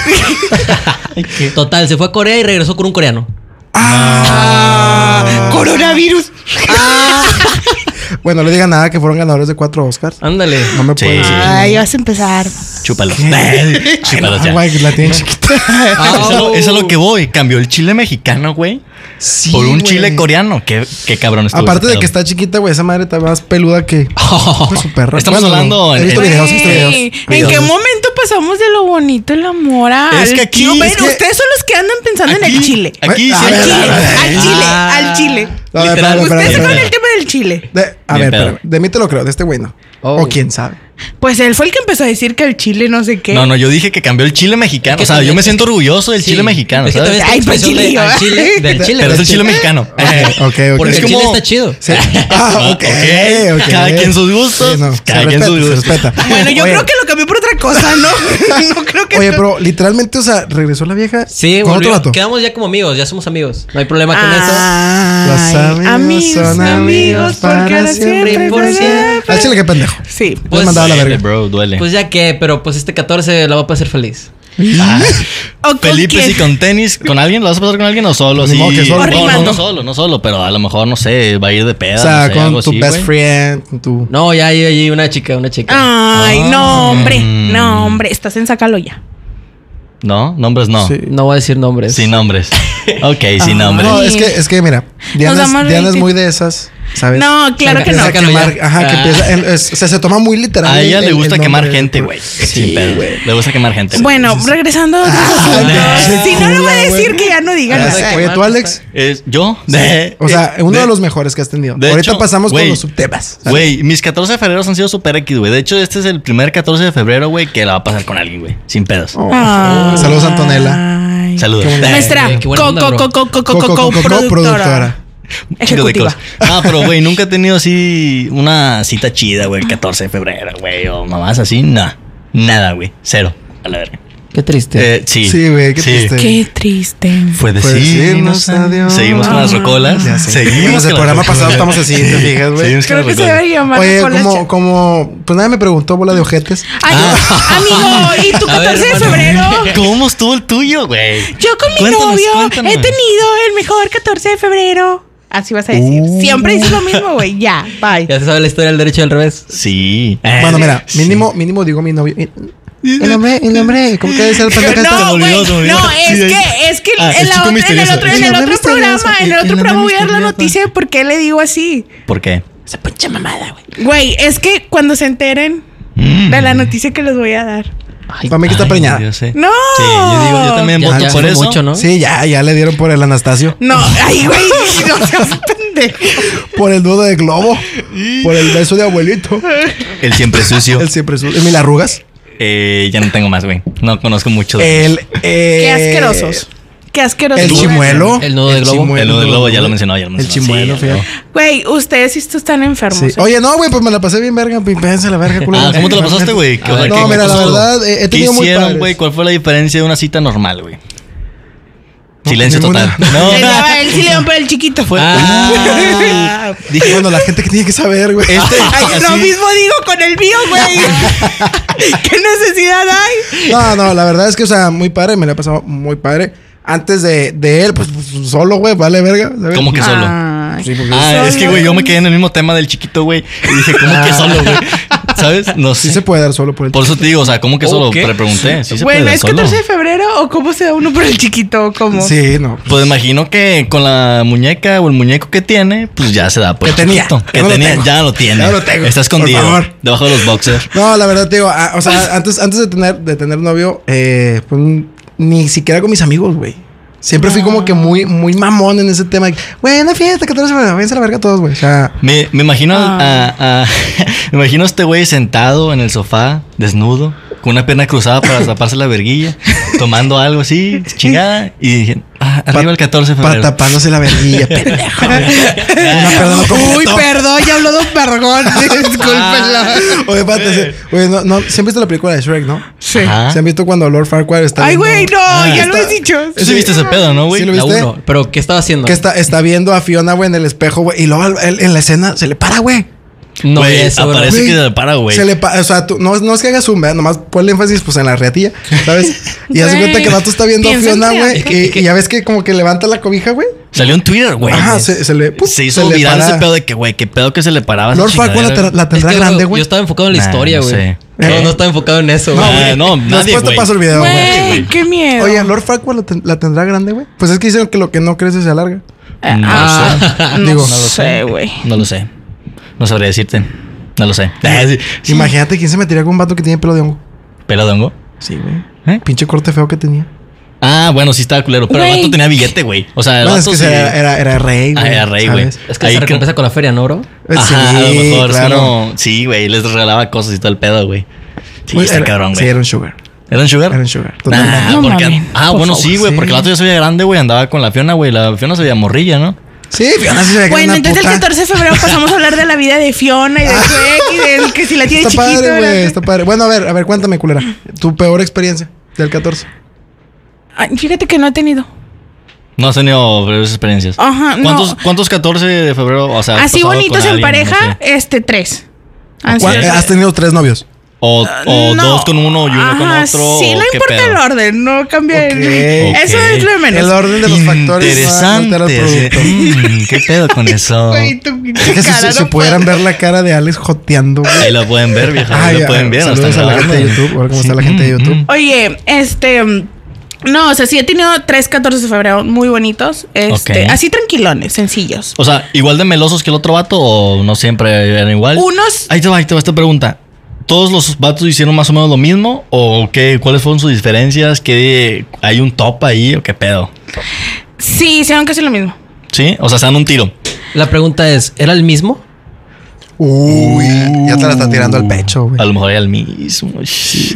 Speaker 4: Total, se fue a Corea y regresó con un coreano.
Speaker 2: Ah, Coronavirus.
Speaker 1: *laughs* Bueno, no le digan nada que fueron ganadores de cuatro Oscars.
Speaker 4: Ándale.
Speaker 1: No me
Speaker 3: Sí.
Speaker 1: puedes.
Speaker 3: Ah,
Speaker 2: Ay, vas a empezar.
Speaker 3: Chúpalos. Chúpalos
Speaker 1: Ah,
Speaker 3: ya.
Speaker 1: güey, la tienen chiquita.
Speaker 3: *laughs* Ah, es, a lo, es a lo que voy. Cambió el chile mexicano, güey.
Speaker 1: Sí,
Speaker 3: por un
Speaker 1: güey.
Speaker 3: chile coreano. Qué, qué cabrón estuvo
Speaker 1: Aparte
Speaker 3: ese
Speaker 1: de que
Speaker 3: pedo.
Speaker 1: está chiquita, güey, esa madre está más peluda que.
Speaker 3: *laughs*
Speaker 1: Pues, su perra.
Speaker 3: Estamos hablando
Speaker 1: he
Speaker 3: en-
Speaker 1: visto
Speaker 3: en-
Speaker 1: videos, he visto videos.
Speaker 2: Güey, ¿En
Speaker 1: videos.
Speaker 2: qué momento pasamos de lo bonito el amor al-
Speaker 3: Es que aquí-
Speaker 2: No,
Speaker 3: es
Speaker 2: ven,
Speaker 3: que-
Speaker 2: ustedes son los que andan pensando en el
Speaker 3: Aquí-
Speaker 2: chile.
Speaker 3: Aquí
Speaker 1: A
Speaker 3: sí.
Speaker 1: ver,
Speaker 3: hay
Speaker 1: a
Speaker 3: chile.
Speaker 1: ver, a ver.
Speaker 4: Ah.
Speaker 2: Al chile, al chile.
Speaker 1: A ver, espérame, espérame,
Speaker 2: Ustedes se
Speaker 1: espérame.
Speaker 2: van el tema del chile.
Speaker 1: De- a ver,
Speaker 3: Bien pedo.
Speaker 1: espérame. De mí te lo creo, de este güey no.
Speaker 4: Oh.
Speaker 1: O quién
Speaker 3: *laughs*
Speaker 1: sabe.
Speaker 2: Pues él fue el que empezó a decir que el chile no sé qué.
Speaker 3: No, no, yo dije que cambió el chile mecano.
Speaker 4: Es que
Speaker 3: o sea,
Speaker 4: también-
Speaker 3: yo me siento orgulloso del
Speaker 4: Sí.
Speaker 3: chile mexicano,
Speaker 4: Es que
Speaker 3: ¿sabes?
Speaker 4: todavía está
Speaker 2: Ay, pues,
Speaker 4: la expresión de-
Speaker 2: chile,
Speaker 4: al
Speaker 2: ¿eh? *laughs*
Speaker 4: chile, del chile.
Speaker 3: Pero es el chile mexicano.
Speaker 2: Ah,
Speaker 3: Eh,
Speaker 1: Ok, ok, ok.
Speaker 4: Porque
Speaker 3: Es
Speaker 4: el chile
Speaker 3: como-
Speaker 4: está chido.
Speaker 3: *laughs*
Speaker 1: Sí. Ah, ok.
Speaker 3: Ok.
Speaker 1: ok.
Speaker 3: Cada quien sus gustos, cada
Speaker 1: se
Speaker 3: quien
Speaker 1: respeta,
Speaker 3: sus
Speaker 1: se
Speaker 3: gustos.
Speaker 1: respeta.
Speaker 3: *laughs*
Speaker 2: Bueno, yo
Speaker 1: Oye,
Speaker 2: creo que lo cambió por otra cosa, ¿no? *laughs* no creo que
Speaker 1: Oye,
Speaker 2: no.
Speaker 1: pero literalmente, o sea, regresó la vieja.
Speaker 4: Sí,
Speaker 1: con otro
Speaker 4: volvió.
Speaker 1: vato.
Speaker 4: Quedamos ya como amigos, ya somos amigos. No hay problema con
Speaker 2: Ah.
Speaker 1: Los amigos son amigos para siempre,
Speaker 4: por
Speaker 2: por
Speaker 4: siempre.
Speaker 2: siempre.
Speaker 1: Al chile, qué pendejo.
Speaker 2: Sí.
Speaker 1: Me
Speaker 4: Pues,
Speaker 1: mandaba la verga.
Speaker 3: Bro, duele.
Speaker 4: eso. Pues ya que, pero pues este 14 la va a pasar feliz.
Speaker 3: Ah.
Speaker 2: *laughs* ¿O con
Speaker 3: Felipe,
Speaker 2: quién?
Speaker 3: si con tenis, ¿con alguien? ¿Lo vas a pasar con alguien o solo?
Speaker 1: Ni
Speaker 3: Sí.
Speaker 1: modo que solo.
Speaker 2: O
Speaker 3: No, no,
Speaker 2: rimando.
Speaker 3: no solo, no solo, pero a lo mejor, no sé, va a ir de peda.
Speaker 1: O
Speaker 3: no
Speaker 1: sea,
Speaker 3: sé,
Speaker 1: con
Speaker 3: algo
Speaker 1: tu
Speaker 3: así,
Speaker 1: best
Speaker 3: güey.
Speaker 1: friend, con tu.
Speaker 4: No, ya hay, hay una chica, una chica.
Speaker 2: Ay,
Speaker 4: Ah.
Speaker 2: no, hombre.
Speaker 3: Mm.
Speaker 2: No, hombre. Estás en Sácalo ya.
Speaker 3: No, nombres no.
Speaker 1: Sí.
Speaker 4: No voy a decir nombres.
Speaker 3: Sin nombres. Ok, sin nombres.
Speaker 1: No, es que, es que mira, Diana,
Speaker 2: amamos
Speaker 1: es, Diana es
Speaker 2: veinte.
Speaker 1: muy de esas, ¿sabes?
Speaker 2: No, claro que
Speaker 1: Empieza
Speaker 2: no.
Speaker 1: a
Speaker 4: Sácalo
Speaker 1: quemar,
Speaker 4: ya.
Speaker 1: ajá, que
Speaker 4: Ah.
Speaker 1: empieza. el- es- o sea, se toma muy literal.
Speaker 3: A ella
Speaker 1: el-
Speaker 3: le
Speaker 1: el-
Speaker 3: gusta
Speaker 1: el
Speaker 3: quemar
Speaker 1: nombre.
Speaker 3: gente, güey. Sin pedo. Le gusta quemar gente. güey.
Speaker 2: Bueno, regresando a
Speaker 4: Ah,
Speaker 2: otros asuntos. Si no, le voy a decir que ya no digan
Speaker 1: Ah,
Speaker 2: nada.
Speaker 1: Oye, tú, Alex.
Speaker 3: Es- ¿Yo? *laughs* De-
Speaker 1: O sea,
Speaker 3: eh,
Speaker 1: uno de,
Speaker 3: de-
Speaker 1: los mejores que has tenido.
Speaker 3: de
Speaker 1: Ahorita
Speaker 3: hecho,
Speaker 1: pasamos con
Speaker 3: güey,
Speaker 1: los subtemas.
Speaker 3: Güey, mis 14 de febrero han sido super X, güey. De hecho, este es el primer 14 de febrero, güey, que la va a pasar con alguien, güey. Sin pedos.
Speaker 1: Oh.
Speaker 2: Ay.
Speaker 1: Saludos, Antonella.
Speaker 3: Saludos.
Speaker 1: qué bonito.
Speaker 3: Eh,
Speaker 2: Nuestra
Speaker 4: Qué buena onda,
Speaker 2: co-
Speaker 4: bro.
Speaker 2: co- co- co- co-
Speaker 1: Coco,
Speaker 2: co-
Speaker 1: Coco,
Speaker 2: productora.
Speaker 1: productora.
Speaker 3: un chingo de
Speaker 2: Ejecutiva.
Speaker 3: cosas. Ah, pero, güey, nunca he tenido así una cita chida, güey, el 14 de febrero, güey, o mamás así. Nah. Nada, güey. Cero. A la verga.
Speaker 4: Qué triste.
Speaker 3: Eh, sí.
Speaker 1: Sí, güey, qué
Speaker 3: Sí.
Speaker 1: triste.
Speaker 2: Qué triste.
Speaker 3: Fue
Speaker 1: Fue
Speaker 3: decirnos
Speaker 1: decirnos adiós.
Speaker 3: adiós. Seguimos con las rocolas.
Speaker 1: Ya sé.
Speaker 3: Seguimos.
Speaker 1: Bueno, el
Speaker 3: con las
Speaker 1: programa pasado
Speaker 3: rocolas.
Speaker 1: estamos así, ¿te fijas, güey?
Speaker 3: Seguimos con
Speaker 2: Creo
Speaker 3: las
Speaker 2: que se
Speaker 3: rocolas.
Speaker 2: debe llamar
Speaker 1: Oye,
Speaker 2: Nicolás
Speaker 1: como,
Speaker 2: Ch-
Speaker 1: como, pues nadie me preguntó, bola de ojetes.
Speaker 2: Ay, amigo, ¿y tu
Speaker 4: Ah. *laughs* A ver,
Speaker 2: 14 de
Speaker 4: hermano.
Speaker 2: febrero?
Speaker 3: ¿Cómo estuvo el tuyo, güey?
Speaker 2: Yo con mi
Speaker 3: Cuéntanos,
Speaker 2: novio
Speaker 3: cuéntanos.
Speaker 2: he tenido el mejor 14 de febrero. Así vas a decir. Siempre dices lo mismo, güey. Ya, bye.
Speaker 4: Ya se sabe la historia del derecho y del revés.
Speaker 3: Sí. Eh,
Speaker 1: Bueno, mira,
Speaker 3: Sí.
Speaker 1: mínimo, mínimo digo mi novio. El hombre, el hombre, ¿cómo que debe ser pendeja esta?
Speaker 2: *laughs* No,
Speaker 3: me
Speaker 2: güey,
Speaker 3: olvidó, se me olvidó.
Speaker 2: no, es
Speaker 3: Sí, ahí.
Speaker 2: que, es que
Speaker 3: Ah,
Speaker 2: en,
Speaker 3: el
Speaker 2: la
Speaker 3: chico
Speaker 2: otra- en el
Speaker 3: misterioso.
Speaker 2: otro, en
Speaker 1: El
Speaker 2: el
Speaker 1: hombre
Speaker 2: otro
Speaker 1: misterioso,
Speaker 2: programa, en el
Speaker 1: el- el
Speaker 2: otro programa voy
Speaker 1: hombre
Speaker 2: a dar la
Speaker 1: misterioso.
Speaker 2: noticia de por qué le digo así.
Speaker 3: ¿Por qué?
Speaker 2: Se pinche mamada, güey. Güey, es que cuando se enteren de
Speaker 3: Mm.
Speaker 2: la noticia que les voy a dar.
Speaker 1: Para mí que está
Speaker 3: Ay,
Speaker 1: preñada.
Speaker 3: yo sé.
Speaker 2: ¡No!
Speaker 3: Sí, yo digo, yo también
Speaker 4: Ya,
Speaker 3: voto
Speaker 4: ya
Speaker 3: por
Speaker 4: fue
Speaker 3: eso.
Speaker 4: mucho, ¿no?
Speaker 1: Sí, ya, ya le dieron por el Anastasio.
Speaker 2: No, ay, güey, *laughs* no seas pendejo.
Speaker 1: Por el nudo de globo. Por el beso de abuelito.
Speaker 3: El siempre sucio.
Speaker 1: *laughs* Él siempre sube. ¿Y mil arrugas?
Speaker 3: Eh, ya no tengo más, güey. No conozco mucho de
Speaker 1: El.
Speaker 3: ellos.
Speaker 1: eh,
Speaker 2: Qué asquerosos. Qué asquerosos.
Speaker 1: El
Speaker 2: güey.
Speaker 1: chimuelo.
Speaker 4: El nudo de globo.
Speaker 3: El nudo de globo, ya lo mencionó, ya lo mencionó.
Speaker 1: El chimuelo,
Speaker 3: Sí, ya
Speaker 1: fíjate.
Speaker 2: Güey, ustedes sí están enfermos.
Speaker 1: Sí.
Speaker 2: ¿eh?
Speaker 1: Oye, no, güey, pues me la pasé bien verga. Pipense la verga, culo.
Speaker 3: Ah, ¿cómo te lo pasaste, güey? ¿Qué-
Speaker 4: A ver,
Speaker 3: qué-
Speaker 1: No,
Speaker 3: qué
Speaker 1: mira, la
Speaker 3: pasó?
Speaker 1: verdad, eh, he
Speaker 3: ¿Qué
Speaker 1: tenido muy
Speaker 3: hicieron,
Speaker 1: padres.
Speaker 3: güey? ¿Cuál fue la diferencia de una cita normal, güey?
Speaker 1: No,
Speaker 3: Silencio
Speaker 1: ninguna.
Speaker 3: total. *laughs* No,
Speaker 2: Le daba el sí le dan por el chiquito.
Speaker 3: fue.
Speaker 2: *laughs*
Speaker 3: *laughs*
Speaker 4: Ah.
Speaker 1: Dije, bueno, la gente que tiene que saber, güey.
Speaker 3: Este-
Speaker 2: Ay, lo
Speaker 3: así-
Speaker 2: mismo digo con el mío, güey.
Speaker 3: *laughs*
Speaker 2: ¿Qué necesidad
Speaker 1: *laughs*
Speaker 2: hay?
Speaker 1: No, no, la verdad es que, o sea, muy padre, me la he pasado muy padre. Antes de, de él, pues solo, güey, vale verga. ¿sabes?
Speaker 3: ¿Cómo que solo?
Speaker 2: Ay.
Speaker 1: Sí, porque
Speaker 3: Ah, es que, güey, yo me quedé en el mismo tema del chiquito, güey. Y dije, ¿cómo que solo, güey? ¿Sabes? No
Speaker 1: sí
Speaker 3: sé.
Speaker 1: se puede dar solo por el
Speaker 3: Por eso te digo, o sea, ¿cómo que solo?
Speaker 4: Ok.
Speaker 3: Le pregunté. ¿sí se
Speaker 2: bueno,
Speaker 3: puede
Speaker 2: ¿es
Speaker 3: solo?
Speaker 2: 14 de febrero o cómo se da uno por el chiquito? o ¿Cómo?
Speaker 1: Sí, no.
Speaker 3: Pues imagino que con la muñeca o el muñeco que tiene, pues ya se da por
Speaker 1: Que tenía.
Speaker 3: chiquito. Que
Speaker 1: Ya no lo
Speaker 3: tenía,
Speaker 1: tengo.
Speaker 3: ya lo tiene.
Speaker 1: Ya lo tengo.
Speaker 3: Está
Speaker 1: Por
Speaker 3: escondido.
Speaker 1: favor.
Speaker 3: Debajo de los boxers.
Speaker 1: No, la verdad, te digo, ah, o sea, antes, antes de tener, de tener novio, eh, pues ni siquiera con mis amigos, güey. Siempre fui como que muy, muy mamón en ese tema. Bueno, fiesta, 14 de febrero, váyanse a la verga todos, güey. O sea,
Speaker 3: Me, me imagino
Speaker 2: Ah.
Speaker 3: a, *laughs* a- me imagino a este güey sentado en el sofá, desnudo, con una pierna cruzada para taparse
Speaker 1: *laughs*
Speaker 3: la verguilla, tomando algo así, chingada, y dije, ah, arriba el 14 de
Speaker 1: pa-
Speaker 3: febrero.
Speaker 1: tapándose la
Speaker 2: *laughs*
Speaker 1: verguilla, pendejo. Una perdón
Speaker 2: Uy,
Speaker 1: *laughs* completo.
Speaker 2: perdón, ya habló de un vergón. Discúlpenla.
Speaker 1: Oye, espérate, sí. Oye, no, no, ¿se han visto la película de Shrek, no?
Speaker 2: Sí.
Speaker 3: Ajá.
Speaker 1: ¿Se han visto cuando Lord Farquaad está
Speaker 2: ¿Ah? Ay,
Speaker 1: viendo-
Speaker 2: güey, no, ya lo
Speaker 1: está-
Speaker 2: he dicho.
Speaker 3: Tú sí viste Ah, ese pedo, ¿no, güey?
Speaker 1: Sí, lo
Speaker 3: La
Speaker 1: viste.
Speaker 3: uno.
Speaker 4: No, pero ¿qué estaba haciendo?
Speaker 1: Que está, está viendo a Fiona, güey, en el espejo, güey. Y luego al- él- en la escena se le para, güey.
Speaker 4: No
Speaker 3: Güey,
Speaker 4: vi eso, bro.
Speaker 3: aparece- Parece que se le para, güey.
Speaker 1: Se le pa- O sea, tú- no, no es que hagas zoom, ¿verdad? Nomás ponle énfasis pues en la riatilla, ¿sabes? Y hace
Speaker 2: Güey.
Speaker 1: cuenta que el vato está viendo a
Speaker 2: Piensa en
Speaker 1: Fiona,
Speaker 2: rea-
Speaker 1: güey.
Speaker 2: es
Speaker 1: y, y ya ves que como que levanta la cobija, güey.
Speaker 3: Salió en Twitter, güey.
Speaker 1: Ajá, se, se le.
Speaker 3: se
Speaker 1: se
Speaker 3: hizo
Speaker 1: le
Speaker 3: viral
Speaker 1: para.
Speaker 3: ese pedo de que, güey, qué pedo que se le paraba. a esa
Speaker 1: Lord Farquaad la,
Speaker 3: chingadera,
Speaker 1: ter- la
Speaker 4: Es
Speaker 1: tendrá
Speaker 4: que,
Speaker 1: grande,
Speaker 4: bro,
Speaker 1: güey.
Speaker 4: Yo estaba enfocado en la
Speaker 3: Nah,
Speaker 4: historia,
Speaker 3: no
Speaker 4: güey.
Speaker 3: sé.
Speaker 4: No,
Speaker 1: Eh.
Speaker 4: no estaba enfocado en eso,
Speaker 1: No,
Speaker 4: güey.
Speaker 3: Ah,
Speaker 1: güey.
Speaker 3: no, nadie,
Speaker 1: Después te
Speaker 3: güey.
Speaker 1: paso el video, güey.
Speaker 2: Güey, qué miedo.
Speaker 1: Oye, Lord Farquaad la, ten- la tendrá grande, güey. Pues es que dicen que lo que no crece se alarga.
Speaker 2: Eh,
Speaker 3: No
Speaker 2: ah, no
Speaker 1: Digo,
Speaker 3: no lo
Speaker 2: sé, güey.
Speaker 3: No lo sé. No sabría decirte. No
Speaker 1: *laughs*
Speaker 3: lo sé. Ah, Sí.
Speaker 1: Imagínate quién se metería con un vato que tiene pelo de hongo.
Speaker 3: ¿Pelo de hongo?
Speaker 1: Sí, güey.
Speaker 3: ¿Eh?
Speaker 1: Pinche corte feo que tenía.
Speaker 3: Ah, bueno, sí estaba culero. Pero el
Speaker 2: Güey.
Speaker 3: vato tenía billete, güey. O sea, el
Speaker 1: No,
Speaker 3: vato
Speaker 1: es que
Speaker 3: sí-
Speaker 1: era, era, era rey,
Speaker 3: Ah,
Speaker 1: güey.
Speaker 3: era rey, güey.
Speaker 1: ¿sabes? Eh,
Speaker 4: Es que
Speaker 3: Ahí
Speaker 4: se
Speaker 3: creo-
Speaker 4: recompensa con la feria, ¿no, bro?
Speaker 3: Ajá, a lo
Speaker 1: Sí,
Speaker 3: mejor
Speaker 1: claro.
Speaker 3: es como. Sí, güey, les regalaba cosas y todo el pedo, güey. Sí,
Speaker 1: Güey,
Speaker 3: está
Speaker 1: era-
Speaker 3: cabrón, güey.
Speaker 1: Sí, era un sugar.
Speaker 3: ¿Era un sugar?
Speaker 1: Era un sugar.
Speaker 3: Nah,
Speaker 1: Totalmente.
Speaker 2: No
Speaker 3: porque-
Speaker 2: mames.
Speaker 3: ah,
Speaker 1: Por
Speaker 3: bueno,
Speaker 1: favor,
Speaker 3: sí, güey,
Speaker 1: sí.
Speaker 3: porque el vato ya se veía grande, güey. Andaba con la Fiona, güey. La Fiona se veía morrilla, ¿no?
Speaker 1: Sí, Fiona sí se ve que era
Speaker 2: Bueno,
Speaker 1: una
Speaker 2: entonces
Speaker 1: puta. Ah.
Speaker 2: el 14 de
Speaker 1: *laughs*
Speaker 2: febrero pasamos a hablar de la vida de Fiona y de Shrek y del que si la tiene
Speaker 1: Está
Speaker 2: chiquito.
Speaker 1: padre,
Speaker 2: ¿verdad?
Speaker 1: güey. Está padre. Bueno, a ver, a ver, cuéntame, culera. Tu peor experiencia del 14.
Speaker 2: Ay, fíjate que no he tenido.
Speaker 3: No has tenido breves experiencias.
Speaker 2: Ajá, Ah, no.
Speaker 3: ¿Cuántos, ¿Cuántos 14 de febrero? O sea, has
Speaker 2: Así
Speaker 3: pasado
Speaker 2: bonitos en
Speaker 3: con alguien,
Speaker 2: pareja,
Speaker 3: no sé?
Speaker 2: este, tres. Han
Speaker 1: ¿Cuál-
Speaker 2: sido
Speaker 1: eh,
Speaker 2: tres.
Speaker 1: Has tenido tres novios.
Speaker 3: O, o
Speaker 2: No.
Speaker 3: dos con uno y uno con
Speaker 2: Ajá,
Speaker 3: otro.
Speaker 2: Sí,
Speaker 3: o
Speaker 2: no
Speaker 3: qué
Speaker 2: importa
Speaker 3: pedo.
Speaker 2: el orden, no cambia el-
Speaker 1: Ok.
Speaker 2: Eso
Speaker 3: Ok.
Speaker 2: es lo de menos.
Speaker 1: El orden de los factores. no- no
Speaker 3: Interesante.
Speaker 1: altera el producto.
Speaker 3: Mm, ¿Qué pedo con eso?
Speaker 2: Güey, tu pinche
Speaker 1: Es que si,
Speaker 2: cara,
Speaker 1: si-
Speaker 2: no
Speaker 1: si
Speaker 2: puedo.
Speaker 1: pudieran ver la cara de Alex joteando, güey.
Speaker 3: Ahí lo pueden ver, viejo. Ahí
Speaker 1: Ay,
Speaker 3: lo pueden
Speaker 1: ay,
Speaker 3: ver.
Speaker 1: Ah, saludos
Speaker 3: hasta
Speaker 1: a la
Speaker 3: grabando.
Speaker 1: gente de YouTube, ahora cómo está la
Speaker 3: mm,
Speaker 1: gente de YouTube.
Speaker 2: Oye, este. mm, No, o sea, sí he tenido tres 14 de febrero muy bonitos. Este,
Speaker 3: Ok.
Speaker 2: así tranquilones, sencillos.
Speaker 3: O sea, igual de melosos que el otro vato o no siempre eran igual.
Speaker 2: Unos
Speaker 3: Ahí te va, ahí te va esta pregunta. ¿Todos los vatos hicieron más o menos lo mismo? ¿O qué? ¿Cuáles fueron sus diferencias? ¿Qué, ¿Hay un top ahí o qué pedo?
Speaker 2: sí hicieron casi lo mismo.
Speaker 3: ¿Sí? O sea, se dan un tiro.
Speaker 4: La pregunta es, ¿era el mismo?
Speaker 1: Uy, ya te la está tirando al pecho, güey.
Speaker 3: A lo mejor era el mismo.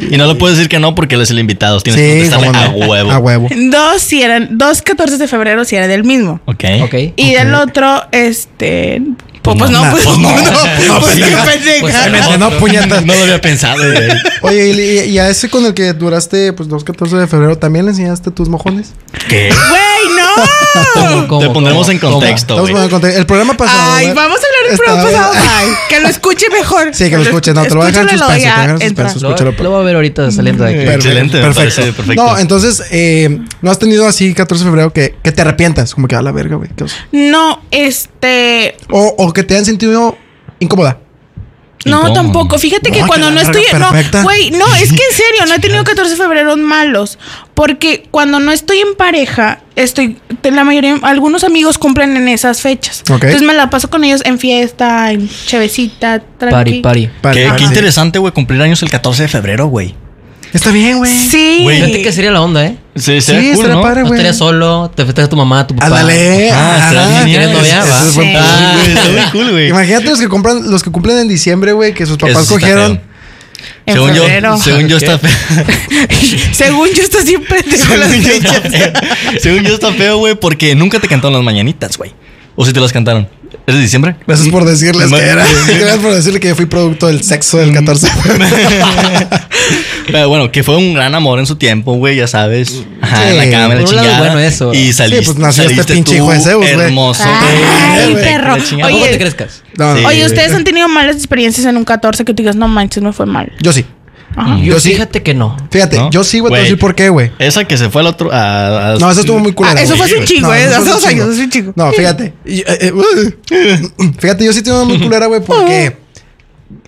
Speaker 3: Y no le puedes decir que no porque él es el invitado. Tienes que
Speaker 1: Sí,
Speaker 3: contestarle
Speaker 1: cómo
Speaker 3: a
Speaker 1: no.
Speaker 3: huevo.
Speaker 1: A huevo.
Speaker 2: Dos sí eran, dos 14 de febrero sí era del mismo.
Speaker 3: Ok.
Speaker 4: Ok.
Speaker 2: Y del otro, este. Pues, pues *laughs* no,
Speaker 3: nada,
Speaker 2: pues,
Speaker 3: pues
Speaker 2: no,
Speaker 3: no.
Speaker 2: no, pues *laughs*
Speaker 3: Sí.
Speaker 2: qué pendeja.
Speaker 4: Pues,
Speaker 1: Me entrenó puñetas.
Speaker 3: No lo había pensado, güey.
Speaker 1: Oye, y, y- y a ese con el que duraste pues los 14 de febrero, ¿también le enseñaste tus mojones?
Speaker 3: ¿Qué?
Speaker 2: Güey, no.
Speaker 4: ¿Cómo,
Speaker 3: Te pondremos
Speaker 4: cómo,
Speaker 3: en
Speaker 4: cómo?
Speaker 3: contexto,
Speaker 1: Estamos
Speaker 3: güey.
Speaker 1: poniendo contexto. El programa pasado.
Speaker 2: Ay,
Speaker 1: güey,
Speaker 2: vamos a hablar del programa
Speaker 1: estaba-
Speaker 2: pasado. Ay, que lo escuche mejor.
Speaker 1: Sí, que lo escuche. No, te lo voy a dejar en
Speaker 2: Escúchalo,
Speaker 1: suspenso, te voy a dejar en
Speaker 2: ya entra.
Speaker 1: suspenso.
Speaker 4: Lo,
Speaker 1: Escúchalo,
Speaker 4: lo voy a ver ahorita saliendo de aquí.
Speaker 1: Perfecto,
Speaker 3: Excelente, me parece perfecto.
Speaker 1: No, entonces, eh, ¿no has tenido así 14 de febrero que, que te arrepientas? Como que a la verga, güey. qué oso.
Speaker 2: No, este.
Speaker 1: O, o que te han sentido incómoda.
Speaker 2: No,
Speaker 3: Incómodo.
Speaker 2: tampoco. Fíjate que
Speaker 1: No,
Speaker 2: cuando
Speaker 1: que la
Speaker 2: no estoy.
Speaker 1: verga perfecta.
Speaker 2: No, güey, no, es que en serio,
Speaker 1: *laughs*
Speaker 2: no he tenido 14 de febrero malos. Porque cuando no estoy en pareja, estoy. te- La mayoría. Algunos amigos cumplen en esas fechas.
Speaker 1: Ok.
Speaker 2: Entonces me la paso con ellos en fiesta, en chevecita,
Speaker 4: Pari,
Speaker 2: tranqui.
Speaker 4: pari.
Speaker 1: Para-
Speaker 3: Qué,
Speaker 1: para-
Speaker 3: qué interesante, güey, cumplir años el 14 de febrero, güey.
Speaker 1: Está bien, güey.
Speaker 2: Sí.
Speaker 3: Güey,
Speaker 4: Fíjate que sería la onda, ¿eh?
Speaker 3: Sí,
Speaker 1: Sí, estaría padre,
Speaker 4: No
Speaker 1: güey.
Speaker 4: estarías solo, te festejas a tu mamá, a tu papá.
Speaker 1: Ándale.
Speaker 3: Ah,
Speaker 1: ajá.
Speaker 3: estaría bien,
Speaker 4: ¿Quieres
Speaker 1: Ese-
Speaker 4: novia?
Speaker 1: ese
Speaker 4: Va.
Speaker 1: es buen
Speaker 2: Sí.
Speaker 1: punto.
Speaker 3: Ah, güey, está muy cool, güey.
Speaker 1: Imagínate los que compran, los que cumplen en diciembre, güey, que sus papás
Speaker 3: Eso sí está
Speaker 1: cogieron.
Speaker 3: feo.
Speaker 2: En
Speaker 3: según
Speaker 2: febrero.
Speaker 3: yo, *laughs* según yo está feo.
Speaker 2: *laughs* Según yo, está siempre tengo las
Speaker 3: según, yo está
Speaker 2: fechas.
Speaker 3: feo. Según yo está feo, güey, porque nunca te cantaron las mañanitas, güey. O si te las cantaron. ¿Es de diciembre?
Speaker 1: Gracias por decirles
Speaker 3: Ma-
Speaker 1: que era. *laughs* Gracias por decirle que yo fui producto del sexo
Speaker 3: Mm.
Speaker 1: del 14 de
Speaker 3: *laughs*
Speaker 1: febrero.
Speaker 3: Pero bueno, que fue un gran amor en su tiempo, güey, ya sabes. Ajá, en
Speaker 1: Sí,
Speaker 3: la cámara,
Speaker 4: por un lado
Speaker 3: chingada.
Speaker 4: bueno eso.
Speaker 3: Y
Speaker 4: Sí,
Speaker 3: saliste.
Speaker 1: pues, nació este
Speaker 3: saliste
Speaker 1: pinche
Speaker 3: tú
Speaker 1: hijo de Zeus, güey.
Speaker 3: Hermoso.
Speaker 2: Ay,
Speaker 3: güey,
Speaker 2: perro.
Speaker 3: la chingada.
Speaker 2: Oye,
Speaker 4: Tampoco te crezcas.
Speaker 1: No, no,
Speaker 3: Sí.
Speaker 2: Oye,
Speaker 1: no.
Speaker 2: ¿ustedes han tenido malas experiencias en un 14 que tú digas, no manches, me fue mal?
Speaker 1: Yo sí.
Speaker 3: Mm.
Speaker 2: Ajá.
Speaker 4: Yo
Speaker 1: Yo sí.
Speaker 4: fíjate que no.
Speaker 1: Fíjate,
Speaker 3: ¿No?
Speaker 1: yo sí, güey. Te voy a decir
Speaker 3: Güey.
Speaker 1: por qué, güey.
Speaker 3: Esa que se fue al otro. a- a-
Speaker 1: No, eso estuvo muy culero.
Speaker 2: Ah, eso fue hace un chingo, ¿eh?
Speaker 1: eso
Speaker 2: Hace
Speaker 1: fue
Speaker 2: dos
Speaker 1: un
Speaker 2: años,
Speaker 1: chingo.
Speaker 2: hace un chingo.
Speaker 1: No, fíjate. Y, eh, eh, uh, fíjate, yo sí tengo una muy culera, güey, porque.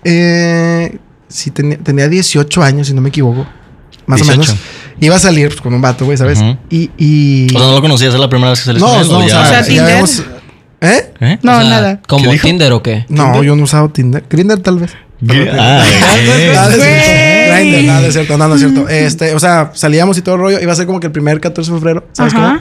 Speaker 1: Eh, sí, tenía, tenía 18 años, si no me equivoco. Más
Speaker 3: 18.
Speaker 1: o menos. Iba a salir pues, con un vato, güey, ¿sabes?
Speaker 3: Ujú.
Speaker 1: Y. y...
Speaker 3: O sea, no lo conocías, es la primera vez que se les
Speaker 1: no, no, o sea,
Speaker 2: O sea,
Speaker 1: ya
Speaker 2: Tinder.
Speaker 1: habíamos- ¿Eh?
Speaker 3: ¿Eh?
Speaker 2: No,
Speaker 4: O sea,
Speaker 2: nada.
Speaker 4: ¿Como
Speaker 3: ¿Qué dijo?
Speaker 4: Tinder o qué?
Speaker 1: No, yo no he usado Tinder. Grindr, tal vez.
Speaker 3: Ah,
Speaker 1: *laughs*
Speaker 3: ok.
Speaker 1: Nada de cierto.
Speaker 2: Güey.
Speaker 1: Grindr, nada de cierto, nada de cierto. Este, o sea, salíamos y todo el rollo. Iba a ser como que el primer 14 de febrero. ¿Sabes
Speaker 2: Ajá.
Speaker 1: cómo?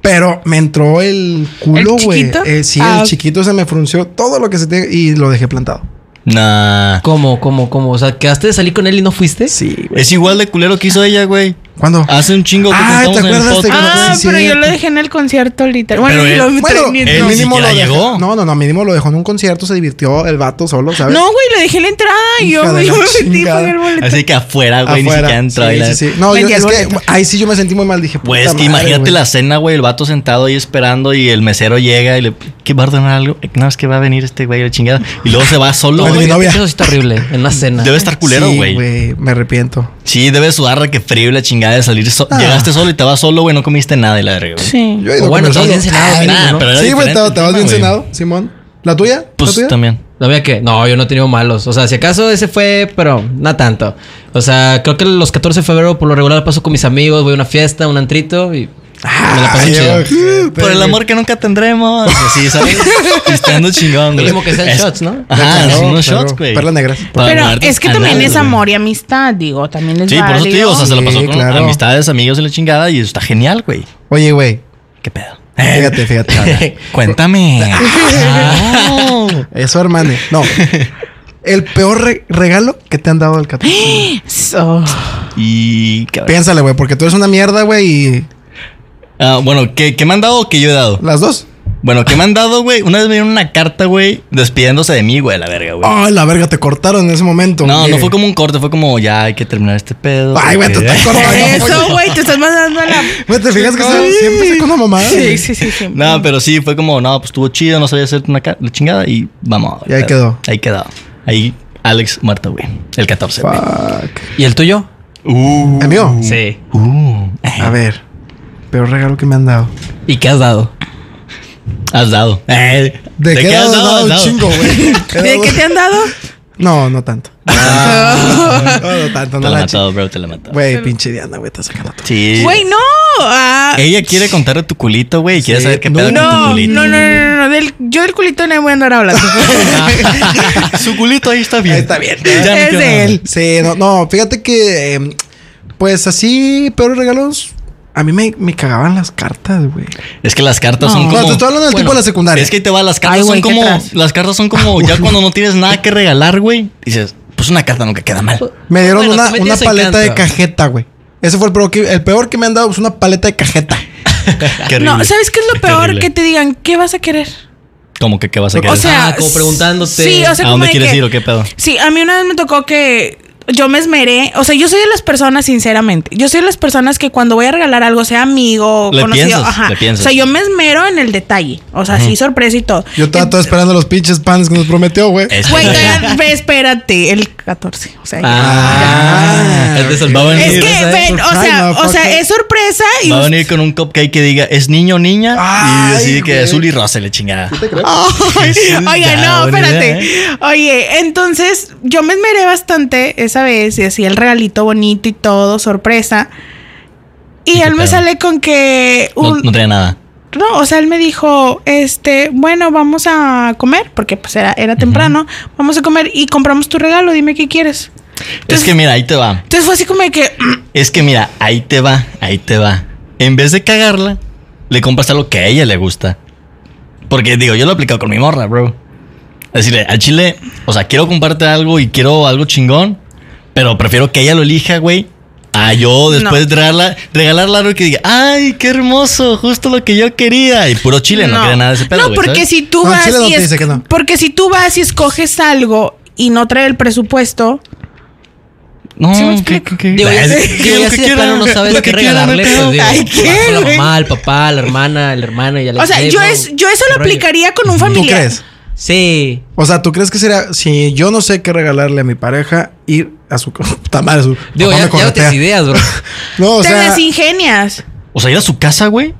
Speaker 1: Pero me entró el culo,
Speaker 2: ¿El
Speaker 1: güey.
Speaker 2: chiquito?
Speaker 1: Eh, sí,
Speaker 2: Ah.
Speaker 1: el chiquito se me frunció todo lo que se tiene y lo dejé plantado.
Speaker 3: Nah.
Speaker 4: ¿Cómo, cómo, cómo? O sea, ¿quedaste de salir con él y no fuiste?
Speaker 1: Sí,
Speaker 3: Es igual de culero que hizo ella, güey.
Speaker 1: ¿Cuándo?
Speaker 3: Hace un chingo que
Speaker 1: Ah,
Speaker 3: contamos
Speaker 1: ¿te
Speaker 3: en el
Speaker 1: acuerdas de
Speaker 3: podcast.
Speaker 2: Ah,
Speaker 1: sí,
Speaker 2: pero yo
Speaker 1: cierto.
Speaker 2: lo dejé en el concierto literal. Bueno,
Speaker 3: Pero
Speaker 2: ni
Speaker 3: él-
Speaker 2: lo
Speaker 1: Bueno,
Speaker 2: ni-
Speaker 3: él
Speaker 2: no.
Speaker 3: ni siquiera
Speaker 1: dejé-
Speaker 3: llegó.
Speaker 1: No, no, no, mínimo lo dejó en un concierto, se divirtió el vato solo, ¿sabes?
Speaker 2: No, güey, le dejé en la entrada y yo,
Speaker 1: Hija de
Speaker 2: yo
Speaker 1: la
Speaker 2: me *laughs* metí
Speaker 1: chingada.
Speaker 2: con el boleto.
Speaker 3: Así que afuera, Ah, güey, ni
Speaker 1: afuera.
Speaker 3: siquiera entró. ahí
Speaker 1: sí, sí,
Speaker 3: la-
Speaker 1: sí. No, yo,
Speaker 2: Vendí el
Speaker 1: es que
Speaker 2: boleto.
Speaker 1: ahí sí yo me sentí muy mal, dije,
Speaker 3: Pues
Speaker 1: puta
Speaker 3: que
Speaker 1: madre,
Speaker 3: imagínate
Speaker 1: güey.
Speaker 3: la cena, güey, el vato sentado ahí esperando y el mesero llega y le... ¿Qué va a ordenar algo? No, es que va a venir este güey la chingada. Y luego se va solo,
Speaker 1: Bueno,
Speaker 3: güey.
Speaker 1: mi novia.
Speaker 4: Eso sí está horrible, en una cena.
Speaker 3: Debe estar culero,
Speaker 1: Sí,
Speaker 3: güey.
Speaker 1: me arrepiento.
Speaker 3: Sí, debe sudar requefrío y la chingada de salir solo.
Speaker 1: Ah.
Speaker 3: Llegaste solo y te vas solo, güey, no comiste nada y la verga, güey.
Speaker 2: Sí.
Speaker 1: Yo he ido
Speaker 4: O bueno,
Speaker 1: con el
Speaker 4: todo
Speaker 1: solo.
Speaker 4: bien cenado,
Speaker 1: Ay,
Speaker 4: mínimo,
Speaker 3: nah,
Speaker 4: ¿no?
Speaker 3: pero era
Speaker 1: Sí, güey, te,
Speaker 3: diferente
Speaker 1: te vas
Speaker 3: el
Speaker 1: bien
Speaker 3: tema, güey.
Speaker 1: cenado, Simón. ¿La tuya? ¿La
Speaker 3: Pues
Speaker 1: tuya?
Speaker 3: también.
Speaker 4: ¿La verdad que? No, yo no he tenido malos. O sea, si acaso ese fue, pero no tanto. O sea, creo que los 14 de febrero por lo regular paso con mis amigos, voy a una fiesta, un antrito y me la paso
Speaker 1: Ay,
Speaker 4: chido.
Speaker 1: ojete.
Speaker 3: Por el amor que nunca tendremos.
Speaker 1: *laughs*
Speaker 3: Sí, ¿sabes? Pisteando chingón, güey.
Speaker 4: Mínimo que sean
Speaker 3: Es-
Speaker 4: shots, ¿no?
Speaker 3: Ajá,
Speaker 1: Claro,
Speaker 3: son unos
Speaker 1: claro.
Speaker 3: shots, güey.
Speaker 1: Perlas negras.
Speaker 3: Para
Speaker 2: Pero
Speaker 3: guardar-
Speaker 2: es que también
Speaker 3: anales,
Speaker 2: es
Speaker 3: güey.
Speaker 2: amor y amistad, digo, también es
Speaker 3: Sí, por eso te digo, o sea, se la pasó
Speaker 1: Sí,
Speaker 3: con
Speaker 1: claro.
Speaker 3: amistades, amigos y la chingada y está genial, güey.
Speaker 1: Oye, güey. *laughs*
Speaker 3: ¿Qué pedo?
Speaker 1: Fíjate, fíjate.
Speaker 3: Cuéntame.
Speaker 1: Eso, hermano. No. El peor re- regalo que te han dado del 14.
Speaker 2: So-
Speaker 3: y cabrón.
Speaker 1: Piénsale, güey, porque tú eres una mierda, güey, y
Speaker 3: Ah, bueno, ¿qué, ¿qué me han dado o qué yo he dado?
Speaker 1: las dos.
Speaker 3: Bueno, ¿qué me han dado, güey? Una vez me dieron una carta, güey, despidiéndose de mí, güey, la verga, güey.
Speaker 1: Ay, la verga, te cortaron en ese momento.
Speaker 3: no,
Speaker 1: güey.
Speaker 3: no fue como un corte, fue como ya hay que terminar este pedo.
Speaker 1: Ay, güey, te
Speaker 3: porque-
Speaker 1: estás
Speaker 2: Por
Speaker 1: cortando.
Speaker 2: eso, güey, te estás mandando a la.
Speaker 1: Güey, te fijas que se- siempre saco una mamada.
Speaker 2: Sí,
Speaker 1: güey?
Speaker 2: sí, sí, sí.
Speaker 3: *laughs* No, pero sí, fue como, no, pues estuvo chido, no sabía hacer una ca- la chingada y vamos.
Speaker 1: Y ahí quedó.
Speaker 3: Ahí quedó. Ahí Alex muerto, güey. El 14, güey.
Speaker 1: Fuck.
Speaker 4: ¿Y el tuyo?
Speaker 3: Uh,
Speaker 1: ¿El mío?
Speaker 4: Sí.
Speaker 3: Uh.
Speaker 1: A ver. Peor regalo que me han dado.
Speaker 4: ¿Y qué has dado?
Speaker 3: Has dado. Eh,
Speaker 1: ¿De, qué,
Speaker 3: qué
Speaker 1: edad has dado?
Speaker 3: Has
Speaker 1: Un chingo,
Speaker 3: *laughs*
Speaker 1: güey.
Speaker 2: ¿De qué te han dado?
Speaker 1: No, no tanto. no, no tanto,
Speaker 3: Ah. Te
Speaker 1: no
Speaker 3: la
Speaker 1: la
Speaker 3: he
Speaker 1: chi-
Speaker 3: matado, bro, te la he matado.
Speaker 1: Güey, pinche Diana, güey, está sacando todo.
Speaker 3: Sí.
Speaker 2: Güey, no. ah,
Speaker 3: Ella quiere
Speaker 1: *laughs*
Speaker 3: contar de tu culito, güey, y quiere
Speaker 1: Sí.
Speaker 3: saber qué
Speaker 1: No,
Speaker 3: pedo con tu
Speaker 2: no, no,
Speaker 3: culito.
Speaker 2: no, no, no, no, del- yo del culito no voy a andar hablando.
Speaker 3: *laughs* Su culito ahí está bien.
Speaker 1: Ahí está bien.
Speaker 3: *laughs* Ya no
Speaker 2: Es
Speaker 3: quiero
Speaker 2: de
Speaker 3: nada.
Speaker 2: él.
Speaker 1: *laughs* Sí, no, no, fíjate que. eh, pues así, peores regalos. A mí me, me cagaban las cartas, güey.
Speaker 3: Es que las cartas
Speaker 1: No,
Speaker 3: son como.
Speaker 1: te estoy hablando del tipo de la secundaria.
Speaker 3: Es que ahí te va, las cartas
Speaker 2: Ay, güey,
Speaker 3: son como.
Speaker 2: qué Ah, atrás.
Speaker 3: Las cartas son como ya cuando no tienes nada que regalar, güey. Dices, pues una carta nunca queda mal.
Speaker 2: Pues,
Speaker 1: Me dieron
Speaker 4: Bueno,
Speaker 1: una,
Speaker 4: tú me
Speaker 1: una
Speaker 4: tienes
Speaker 1: paleta de
Speaker 4: encanto.
Speaker 1: cajeta, güey. Ese fue el peor, que, el peor que me han dado, es una paleta de cajeta.
Speaker 3: *laughs* Qué
Speaker 2: No,
Speaker 3: horrible.
Speaker 2: ¿sabes qué es lo peor?
Speaker 3: horrible.
Speaker 2: Que te digan, ¿qué vas a querer?
Speaker 3: Como que qué vas a querer.
Speaker 2: O sea,
Speaker 4: Ah, como preguntándote.
Speaker 2: Sí, o sea,
Speaker 3: ¿A
Speaker 2: como
Speaker 3: dónde
Speaker 2: de
Speaker 3: quieres
Speaker 2: que-
Speaker 3: ir o qué pedo?
Speaker 2: Sí, a mí una vez me tocó que yo me esmeré. O sea, yo soy de las personas, sinceramente. Yo soy de las personas que cuando voy a regalar algo, sea amigo, o
Speaker 3: Le
Speaker 2: conocido,
Speaker 3: piensas,
Speaker 2: ajá.
Speaker 3: le piensas.
Speaker 2: O sea, yo me esmero en el detalle. O sea, sí, sorpresa y todo.
Speaker 1: Yo estaba todo esperando los pinches panes que nos prometió, güey.
Speaker 3: Es-
Speaker 2: Güey,
Speaker 3: *laughs*
Speaker 2: todavía- ve, espérate, el 14. O sea,
Speaker 4: Ah,
Speaker 1: Ah,
Speaker 4: el de
Speaker 1: ok.
Speaker 4: Salvador.
Speaker 2: es
Speaker 3: sí,
Speaker 2: que,
Speaker 4: ¿sabes?
Speaker 2: ven, o sea, o sea, es sorpresa y.
Speaker 3: Va a venir con un cupcake que diga, ¿es niño o niña?
Speaker 1: Ay,
Speaker 3: y decir que
Speaker 1: güey.
Speaker 3: azul y rosa, le chingada.
Speaker 2: Oye,
Speaker 3: Ya,
Speaker 2: no,
Speaker 3: buena
Speaker 2: espérate.
Speaker 3: idea, ¿eh?
Speaker 2: Oye, entonces yo me esmeré bastante esa vez y así el regalito bonito y todo, sorpresa.
Speaker 3: ¿Y
Speaker 2: Y
Speaker 3: qué
Speaker 2: él me
Speaker 3: pedo?
Speaker 2: sale con que
Speaker 3: No,
Speaker 2: un-
Speaker 3: no trae nada.
Speaker 2: No, o sea, él me dijo, este, bueno, vamos a comer, porque pues era, era temprano, vamos a comer y compramos tu regalo, dime qué quieres.
Speaker 3: es que mira, ahí te va.
Speaker 2: Entonces fue así como de que, mm,
Speaker 3: Es que mira, ahí te va, ahí te va. En vez de cagarla, le compras algo que a ella le gusta. Porque digo, yo lo he aplicado con mi morra, bro. Decirle, al chile, o sea, quiero comprarte algo y quiero algo chingón, Pero prefiero que ella lo elija, güey. A yo después regalarla, regalarla algo que diga, ay, qué hermoso, justo lo que yo quería. Y puro *clears throat* chile, no, quería nada de ese pedo.
Speaker 2: No,
Speaker 3: güey,
Speaker 2: porque
Speaker 3: ¿sabes?
Speaker 2: si tú
Speaker 1: No,
Speaker 2: vas
Speaker 1: Chile no
Speaker 2: y
Speaker 1: te
Speaker 2: es-
Speaker 1: dice que no.
Speaker 2: porque si tú vas y escoges algo y no trae el presupuesto,
Speaker 3: No,
Speaker 2: ¿Sí me
Speaker 3: que,
Speaker 2: explico?
Speaker 3: que, que-
Speaker 4: Digo, ya,
Speaker 3: Ay,
Speaker 4: sé-
Speaker 3: que-
Speaker 4: digo,
Speaker 3: lo que
Speaker 4: ya si de
Speaker 3: quieran,
Speaker 4: plano no sabes
Speaker 3: lo
Speaker 4: qué
Speaker 3: que quieran,
Speaker 4: regalarle,
Speaker 3: no hay
Speaker 4: pues digo,
Speaker 2: Ay, ¿qué,
Speaker 4: vas con la
Speaker 2: güey?
Speaker 4: mamá, el papá, la hermana, el hermano y ya le
Speaker 2: o sea,
Speaker 4: dices,
Speaker 2: yo,
Speaker 4: "Ey,
Speaker 2: es,
Speaker 4: bro,
Speaker 2: yo eso
Speaker 4: qué
Speaker 2: lo
Speaker 4: rollo".
Speaker 2: aplicarías con un
Speaker 1: ¿Tú
Speaker 2: familiar.
Speaker 1: crees?
Speaker 4: Sí.
Speaker 1: O sea, ¿tú crees que sería si yo no sé qué regalarle a mi pareja ir a su *laughs* ca- puta madre, su papá
Speaker 4: Digo, ya,
Speaker 1: me
Speaker 4: ya no
Speaker 1: corretea.
Speaker 4: tienes ideas, bro.
Speaker 1: No, o
Speaker 2: Te
Speaker 1: sea,
Speaker 2: las ingenias.
Speaker 3: O sea, ir a su casa, güey.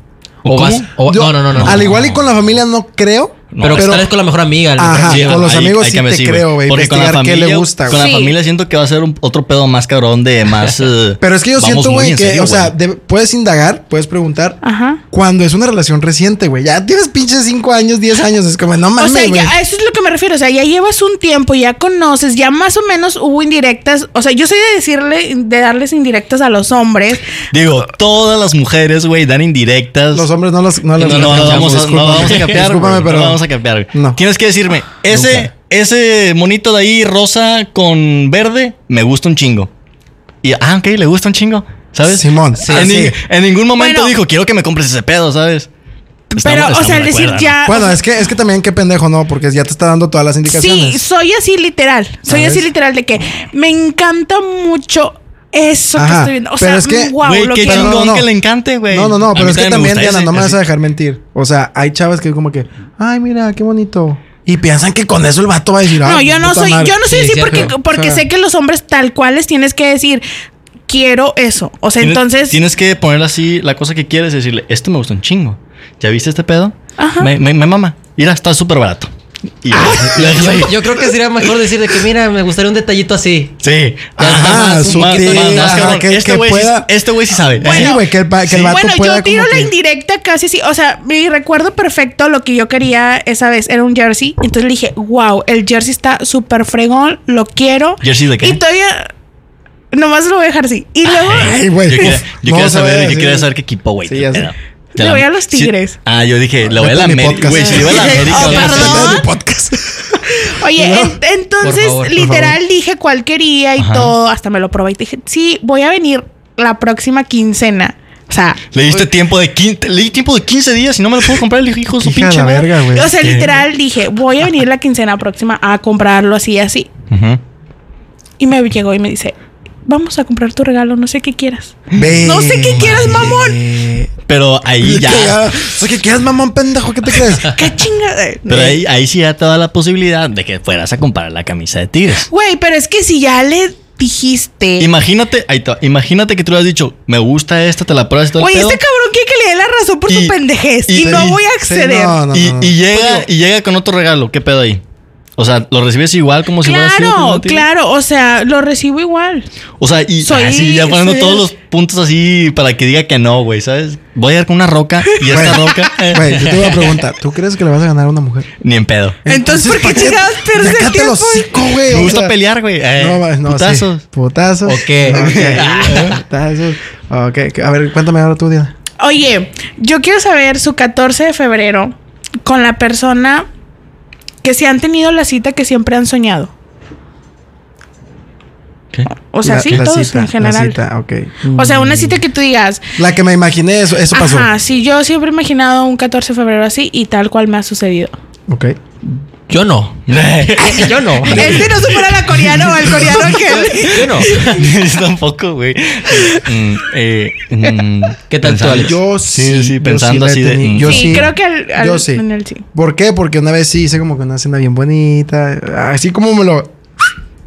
Speaker 4: O
Speaker 3: cómo?
Speaker 4: vas. o-
Speaker 1: yo-
Speaker 4: no, no, no, no.
Speaker 1: Al
Speaker 4: no.
Speaker 1: igual y con la familia no creo,
Speaker 3: No,
Speaker 4: pero,
Speaker 1: pero,
Speaker 4: tal vez con la mejor amiga. la
Speaker 1: Ajá.
Speaker 4: mejor-
Speaker 1: Ah, con los amigos sí
Speaker 3: cámbiame,
Speaker 1: te creo, güey,
Speaker 3: Porque con la
Speaker 1: investigar qué
Speaker 3: familia,
Speaker 1: le gusta,
Speaker 3: Con la
Speaker 2: güey. Sí.
Speaker 3: familia siento que va a ser un- otro pedo más cabrón de más. eh,
Speaker 1: pero es que yo
Speaker 3: vamos
Speaker 1: siento,
Speaker 3: muy
Speaker 1: güey,
Speaker 3: en
Speaker 1: que,
Speaker 3: serio,
Speaker 1: o sea,
Speaker 3: güey.
Speaker 1: de- puedes indagar, puedes preguntar.
Speaker 2: Ajá.
Speaker 1: Cuando es una relación reciente, güey. Ya tienes pinches 5 años, 10 años. Es como, no
Speaker 2: O
Speaker 1: mames,
Speaker 2: sea,
Speaker 1: güey.
Speaker 2: ya, eh. a eso es lo que me refiero. O sea, ya llevas un tiempo, ya conoces, ya más o menos hubo indirectas. O sea, yo soy de decirle, de darles indirectas a los hombres.
Speaker 3: Digo, todas las mujeres, güey, dan indirectas.
Speaker 1: Los hombres no los... No,
Speaker 3: no,
Speaker 1: los-
Speaker 3: no, no, vamos a, no
Speaker 1: discúlpame.
Speaker 3: vamos a capear.
Speaker 1: Discúlpame,
Speaker 3: güey,
Speaker 1: pero...
Speaker 3: No vamos a capear. güey.
Speaker 1: No.
Speaker 3: Tienes que decirme, ese,
Speaker 4: Nunca.
Speaker 3: ese monito de ahí rosa con verde, me gusta un chingo. Y, ah, ok, le gusta un chingo. ¿Sabes?
Speaker 1: Simón, sí,
Speaker 3: en,
Speaker 1: sí.
Speaker 3: ni- en ningún momento
Speaker 2: Bueno.
Speaker 3: dijo, quiero que me compres ese pedo, ¿sabes?
Speaker 2: pero, o sea, el decir ya.
Speaker 1: Bueno, es que, es que también qué pendejo, ¿no? Porque ya te está dando todas las indicaciones.
Speaker 2: Sí, soy así literal. Soy
Speaker 1: ¿Sabes?
Speaker 2: así literal de que me encanta mucho eso que
Speaker 1: Ajá,
Speaker 2: estoy viendo. O
Speaker 1: pero
Speaker 2: sea,
Speaker 1: es que-
Speaker 2: wow,
Speaker 3: Güey,
Speaker 2: lo
Speaker 3: qué
Speaker 2: que
Speaker 1: Pero no,
Speaker 3: chingón
Speaker 1: no.
Speaker 3: que le encante, güey.
Speaker 1: No, no, no,
Speaker 3: A
Speaker 1: pero
Speaker 3: mí
Speaker 1: es que
Speaker 3: también me
Speaker 1: también,
Speaker 3: gusta
Speaker 1: Diana,
Speaker 3: ese,
Speaker 1: no me vas
Speaker 3: así.
Speaker 1: a dejar mentir. O sea, hay chavas que como que, ay, mira, qué bonito. Y piensan que con eso el vato va a decir,
Speaker 2: No,
Speaker 1: "Ah,
Speaker 2: yo no
Speaker 1: puta
Speaker 2: soy,
Speaker 1: madre".
Speaker 2: yo no soy
Speaker 4: Sí,
Speaker 2: así
Speaker 4: cierto.
Speaker 2: porque, porque
Speaker 1: O sea-
Speaker 2: sé que los hombres tal cual les tienes que decir quiero eso. O sea,
Speaker 3: Tienes-
Speaker 2: entonces
Speaker 3: Tienes que poner así la cosa que quieres y decirle, esto me gusta un chingo. ¿Ya viste este pedo?
Speaker 2: Ajá.
Speaker 3: Me, me, me mama. Mira, está súper barato. Y *laughs* lo dejas ahí.
Speaker 4: Yo, yo creo que sería mejor decirle que, mira, me gustaría un detallito así.
Speaker 3: Sí.
Speaker 1: Ajá,
Speaker 3: Más-
Speaker 1: sutil,
Speaker 3: más- más- más
Speaker 1: ajá,
Speaker 3: cabrón.
Speaker 1: Ah, que-
Speaker 3: este
Speaker 1: que
Speaker 3: güey sí-
Speaker 1: pueda-
Speaker 3: este güey sí sabe.
Speaker 1: Bueno,
Speaker 3: Ajá.
Speaker 1: güey, que el, pa- que el
Speaker 3: Sí.
Speaker 1: vato
Speaker 2: Bueno,
Speaker 1: pueda
Speaker 2: yo tiro
Speaker 1: como
Speaker 2: la
Speaker 1: que-
Speaker 2: indirecta casi sí. O sea, mi recuerdo perfecto lo que yo quería esa vez era un jersey. Entonces le dije, wow, el jersey está súper fregón, lo quiero.
Speaker 3: ¿Jersey de qué?
Speaker 2: Y todavía. Nomás lo voy a dejar así. Y luego.
Speaker 1: Ay, güey. *laughs*
Speaker 3: Yo quería,
Speaker 1: uf,
Speaker 3: yo
Speaker 1: no
Speaker 3: quería
Speaker 1: se
Speaker 3: saber,
Speaker 1: ve
Speaker 3: yo
Speaker 1: así.
Speaker 3: quería saber qué equipo, güey.
Speaker 1: Sí,
Speaker 3: qué
Speaker 1: ya
Speaker 3: pedo.
Speaker 1: sé.
Speaker 2: Le
Speaker 3: De la-
Speaker 2: voy a los
Speaker 3: Sí.
Speaker 2: Tigres.
Speaker 3: Ah, yo dije, le voy a
Speaker 1: Vete
Speaker 3: la
Speaker 1: a mi
Speaker 3: América.
Speaker 1: podcast.
Speaker 3: Güey, si le *laughs* voy a la
Speaker 2: Dije,
Speaker 3: América.
Speaker 2: ah,
Speaker 3: voy a la-
Speaker 2: perdón.
Speaker 1: Depende de mi podcast.
Speaker 2: *laughs* Oye,
Speaker 1: No.
Speaker 2: en- entonces,
Speaker 4: Por favor, por
Speaker 2: literal, dije cuál quería y
Speaker 3: Ajá.
Speaker 2: todo. Hasta me lo probé y dije, sí, voy a venir la próxima quincena. O sea,
Speaker 3: Le diste tiempo de 15, le di tiempo de 15 días y no me lo puedo comprar el hijo de su
Speaker 1: Hija de
Speaker 3: pinche.
Speaker 1: la
Speaker 3: madre.
Speaker 1: verga, Ah, güey.
Speaker 2: o sea, literal, dije, voy a venir la quincena próxima a comprarlo así, así.
Speaker 3: Ujú.
Speaker 2: Y me llegó y me dice, vamos a comprar tu regalo, no sé qué quieras.
Speaker 1: Ve,
Speaker 2: No sé qué quieres, mamón.
Speaker 1: eh,
Speaker 3: Pero
Speaker 1: *laughs*
Speaker 3: ahí ya.
Speaker 1: cagada. O sea, ¿qué quieres, mamón, pendejo? ¿Qué te crees?
Speaker 2: *laughs*
Speaker 3: *laughs*
Speaker 2: ¿Qué chingada? eh?
Speaker 3: Pero ahí, ahí sí ya te da la posibilidad de que fueras a comprar la camisa de Tigres.
Speaker 2: Güey, pero es que si ya le dijiste...
Speaker 3: Imagínate, ahí te va, imagínate que tú le has dicho, me gusta esta, te la pruebas y todo el
Speaker 2: Oye,
Speaker 3: pedo,
Speaker 2: este cabrón quiere que le dé la razón por
Speaker 3: Y-
Speaker 2: su pendejez y,
Speaker 3: y-
Speaker 2: no
Speaker 3: y-
Speaker 2: voy a
Speaker 1: Sí,
Speaker 2: acceder.
Speaker 1: no, no,
Speaker 3: y,
Speaker 1: no, no.
Speaker 3: y llega, y llega con otro regalo, ¿qué pedo ahí? O sea, lo pues, recibes igual como si fuera
Speaker 2: Claro, claro, o sea, lo recibo igual.
Speaker 3: O sea, y
Speaker 2: Soy-
Speaker 3: así ya poniendo
Speaker 2: soy-
Speaker 3: todos los puntos así para que diga que no, güey, ¿sabes? Voy a dar con una roca y esta
Speaker 1: Güey,
Speaker 3: roca eh,
Speaker 1: Güey, yo te voy a preguntar, ¿tú crees que le vas a ganar a una mujer?
Speaker 3: *laughs* ni en pedo.
Speaker 2: Entonces, ¿por qué
Speaker 1: ¿para
Speaker 2: chingados pierdes el
Speaker 1: Ya cállate el
Speaker 2: tiempo?
Speaker 1: hocico, güey.
Speaker 3: Me
Speaker 1: o
Speaker 3: gusta
Speaker 1: sea,
Speaker 3: pelear, güey. eh,
Speaker 1: No, ma- no,
Speaker 3: putazos.
Speaker 1: sí. Putazos.
Speaker 4: Ok.
Speaker 1: Ok. *laughs* Putazos. Ok. A ver, cuéntame ahora tú, Diana.
Speaker 2: Oye, yo quiero saber su 14 de febrero con la persona que se han tenido la cita que siempre han soñado.
Speaker 3: ¿Qué?
Speaker 2: O sea,
Speaker 1: La-
Speaker 2: sí,
Speaker 1: la
Speaker 2: todos
Speaker 1: cita,
Speaker 2: en general.
Speaker 1: La cita, ok.
Speaker 2: O sea, una cita que tú digas,
Speaker 1: La que me imaginé, eso, eso pasó.
Speaker 2: ajá, sí, yo siempre he imaginado un 14 de febrero así y tal cual me ha sucedido.
Speaker 3: *laughs*
Speaker 1: Ok.
Speaker 4: Yo no. Yo no.
Speaker 2: Este no supera la coreana o el coreano que
Speaker 4: Yo no.
Speaker 3: *laughs* Yo tampoco, güey. Mm, eh, mm,
Speaker 4: ¿Qué tal tú,
Speaker 3: pensando-
Speaker 4: Alex?
Speaker 1: Yo
Speaker 3: Sí,
Speaker 1: sí.
Speaker 3: sí,
Speaker 1: yo
Speaker 3: pensando
Speaker 1: la
Speaker 3: así de,
Speaker 1: tenía.
Speaker 3: mm.
Speaker 1: Yo
Speaker 2: sí,
Speaker 1: sí,
Speaker 2: creo que al- al-
Speaker 1: yo sí.
Speaker 2: en el sí.
Speaker 1: ¿Por qué? Porque una vez sí hice como que una cena bien bonita. Así como me lo,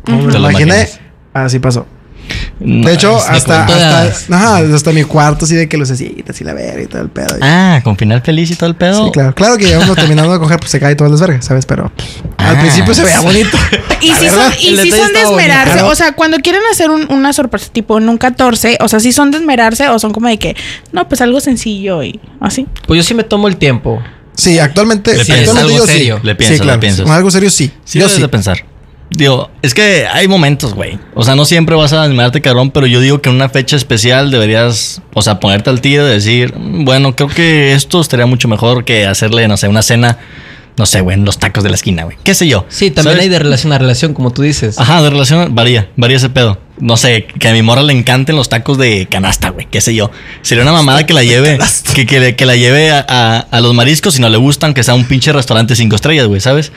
Speaker 1: como me lo
Speaker 3: Te lo
Speaker 1: imaginé,
Speaker 3: imaginas.
Speaker 1: así pasó.
Speaker 3: No,
Speaker 1: De hecho,
Speaker 3: es de
Speaker 1: hasta,
Speaker 3: cuento de
Speaker 1: hasta,
Speaker 3: hadas.
Speaker 1: ajá, hasta mi cuarto, así de que lucecitas y la verga y todo el pedo.
Speaker 3: Ah, con final feliz y todo el pedo.
Speaker 1: Sí, claro. Claro que ya uno terminando de coger, pues se cae todas las vergas, ¿sabes? Pero pff, al
Speaker 3: Ah.
Speaker 1: principio se veía bonito.
Speaker 2: Y
Speaker 1: La
Speaker 2: sí
Speaker 1: verdad,
Speaker 2: son, y
Speaker 4: el
Speaker 2: sí son de
Speaker 4: detalle estaba bonito.
Speaker 2: esmerarse.
Speaker 1: Claro.
Speaker 2: O sea, cuando quieren hacer un- una sorpresa tipo en un 14, o sea, sí son de esmerarse o son como de que, no, pues algo sencillo y así.
Speaker 4: *laughs* Pues yo sí me tomo el tiempo.
Speaker 1: Sí, actualmente.
Speaker 3: Le
Speaker 1: sí,
Speaker 3: piensas,
Speaker 1: actualmente
Speaker 4: algo
Speaker 1: yo
Speaker 4: serio.
Speaker 1: Sí.
Speaker 3: Le piensas,
Speaker 1: sí, claro.
Speaker 3: le piensas.
Speaker 1: Algo serio, sí.
Speaker 3: Sí,
Speaker 1: yo
Speaker 3: debes
Speaker 1: sí.
Speaker 3: de pensar. Digo, es que hay momentos, güey. O sea, no siempre vas a animarte, cabrón, pero yo digo que en una fecha especial deberías, o sea, ponerte al tiro y decir, "Mm, bueno, creo que esto estaría mucho mejor que hacerle, no sé, una cena no sé, güey, en los tacos de la esquina, güey. ¿Qué sé yo?
Speaker 4: Sí, también
Speaker 3: ¿Sabes?
Speaker 4: hay de relación a relación, como tú dices.
Speaker 3: Ajá, de relación varía, varía ese pedo. No sé, que a mi morra le encanten los tacos de canasta, güey, qué sé yo. Sería una mamada que la lleve, que, que, le- que la lleve a, a- a los mariscos si no le gustan, que sea un pinche restaurante cinco estrellas, güey, ¿sabes?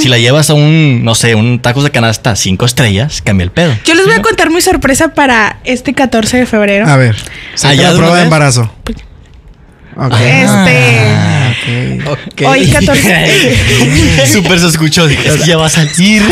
Speaker 3: Si la llevas a un, no sé, un tacos de canasta cinco estrellas, cambia el
Speaker 2: *laughs*
Speaker 3: pedo.
Speaker 2: Yo les voy a contar mi sorpresa para este 14 de febrero.
Speaker 1: A ver.
Speaker 3: Ah,
Speaker 1: Saca
Speaker 3: ¿ya de
Speaker 1: la
Speaker 3: una
Speaker 1: prueba de
Speaker 3: vez?
Speaker 1: embarazo. Ok.
Speaker 2: Este.
Speaker 1: Ah, ok.
Speaker 4: Ok.
Speaker 2: Hoy 14.
Speaker 3: *laughs* Súper se escuchó, dije, "Es que ya va a salir. *laughs*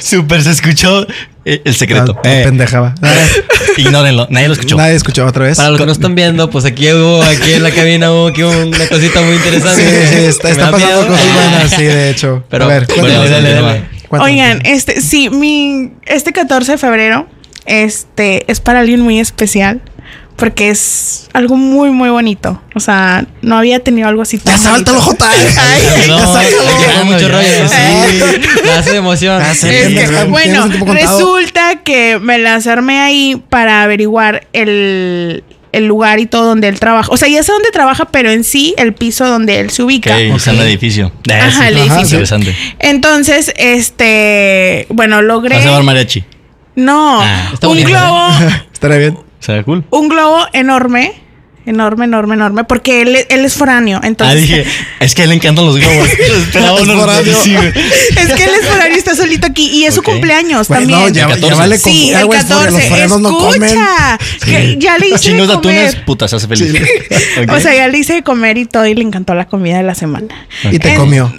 Speaker 3: Súper se escuchó eh, el secreto.
Speaker 1: Ah,
Speaker 3: Eh,
Speaker 1: pendejaba.
Speaker 3: *laughs* ignórenlo, nadie lo escuchó.
Speaker 1: Nadie escuchó otra vez.
Speaker 4: Para los que no están viendo, pues aquí hubo, aquí en la cabina hubo aquí una cosita muy
Speaker 1: Sí,
Speaker 4: interesante. *laughs*
Speaker 1: sí, está,
Speaker 4: Que
Speaker 1: está
Speaker 4: me da
Speaker 1: pasando
Speaker 4: miedo.
Speaker 1: cosas buenas,
Speaker 4: *laughs*
Speaker 1: sí, de hecho.
Speaker 4: Pero-
Speaker 1: a ver,
Speaker 4: Bueno,
Speaker 1: cuéntanos.
Speaker 3: dale, dale, dale.
Speaker 1: Cuéntanos.
Speaker 2: Oigan, este, sí, mi. Este 14 de febrero, este, es para alguien muy especial. Porque es algo muy, muy bonito. O sea, no había tenido algo así tan.
Speaker 1: Ya salta el
Speaker 2: bonito.
Speaker 1: J.
Speaker 2: eh, Ay,
Speaker 1: *laughs* Ya
Speaker 3: No,
Speaker 1: sácalo.
Speaker 3: ya
Speaker 4: Lleva mucho
Speaker 3: ya,
Speaker 4: rollo,
Speaker 3: ya,
Speaker 4: sí. Me hace emoción.
Speaker 1: Ya sé.
Speaker 2: Este,
Speaker 1: Tienes el
Speaker 2: bueno,
Speaker 1: tiempo contado.
Speaker 2: resulta que me las armé ahí para averiguar el, el lugar y todo donde él trabaja. O sea, ya sé dónde trabaja, pero en sí el piso donde él se ubica.
Speaker 3: Ok, está en el edificio. Eh,
Speaker 2: Ajá,
Speaker 3: sí,
Speaker 2: el
Speaker 3: ajá,
Speaker 1: edificio.
Speaker 3: Interesante.
Speaker 2: Entonces, este, bueno, logré.
Speaker 3: Va a llevar mariachi.
Speaker 2: No,
Speaker 3: Ah,
Speaker 4: está
Speaker 2: un
Speaker 4: bonito,
Speaker 2: globo,
Speaker 1: *laughs* Estaría bien.
Speaker 3: ¿Será cool?
Speaker 2: un globo enorme, enorme, enorme, enorme, porque él, él es foráneo.
Speaker 3: Ah,
Speaker 2: Entonces,
Speaker 3: dije, es que a él le encantan los *laughs* globos. Esperaba
Speaker 1: Es
Speaker 3: unos
Speaker 1: foráneo.
Speaker 3: sí,
Speaker 2: *laughs*
Speaker 3: güey.
Speaker 2: es que él es foráneo y está solito aquí y es
Speaker 3: Ok.
Speaker 2: su cumpleaños
Speaker 1: Bueno,
Speaker 2: también.
Speaker 1: ya,
Speaker 3: El
Speaker 1: ya
Speaker 3: 14.
Speaker 1: vale con
Speaker 2: Sí,
Speaker 1: ya,
Speaker 2: el
Speaker 1: güey, es porque
Speaker 2: 14.
Speaker 1: Los foranos
Speaker 2: Escucha,
Speaker 1: no comen.
Speaker 2: que ya le hice
Speaker 3: Chingos de
Speaker 2: de
Speaker 3: atunes,
Speaker 2: comer.
Speaker 3: puta, se hace feliz. *laughs* Ok.
Speaker 2: O sea, ya le hice de comer y todo y le encantó la comida de la semana.
Speaker 1: Y te
Speaker 2: En- *laughs*
Speaker 1: comió.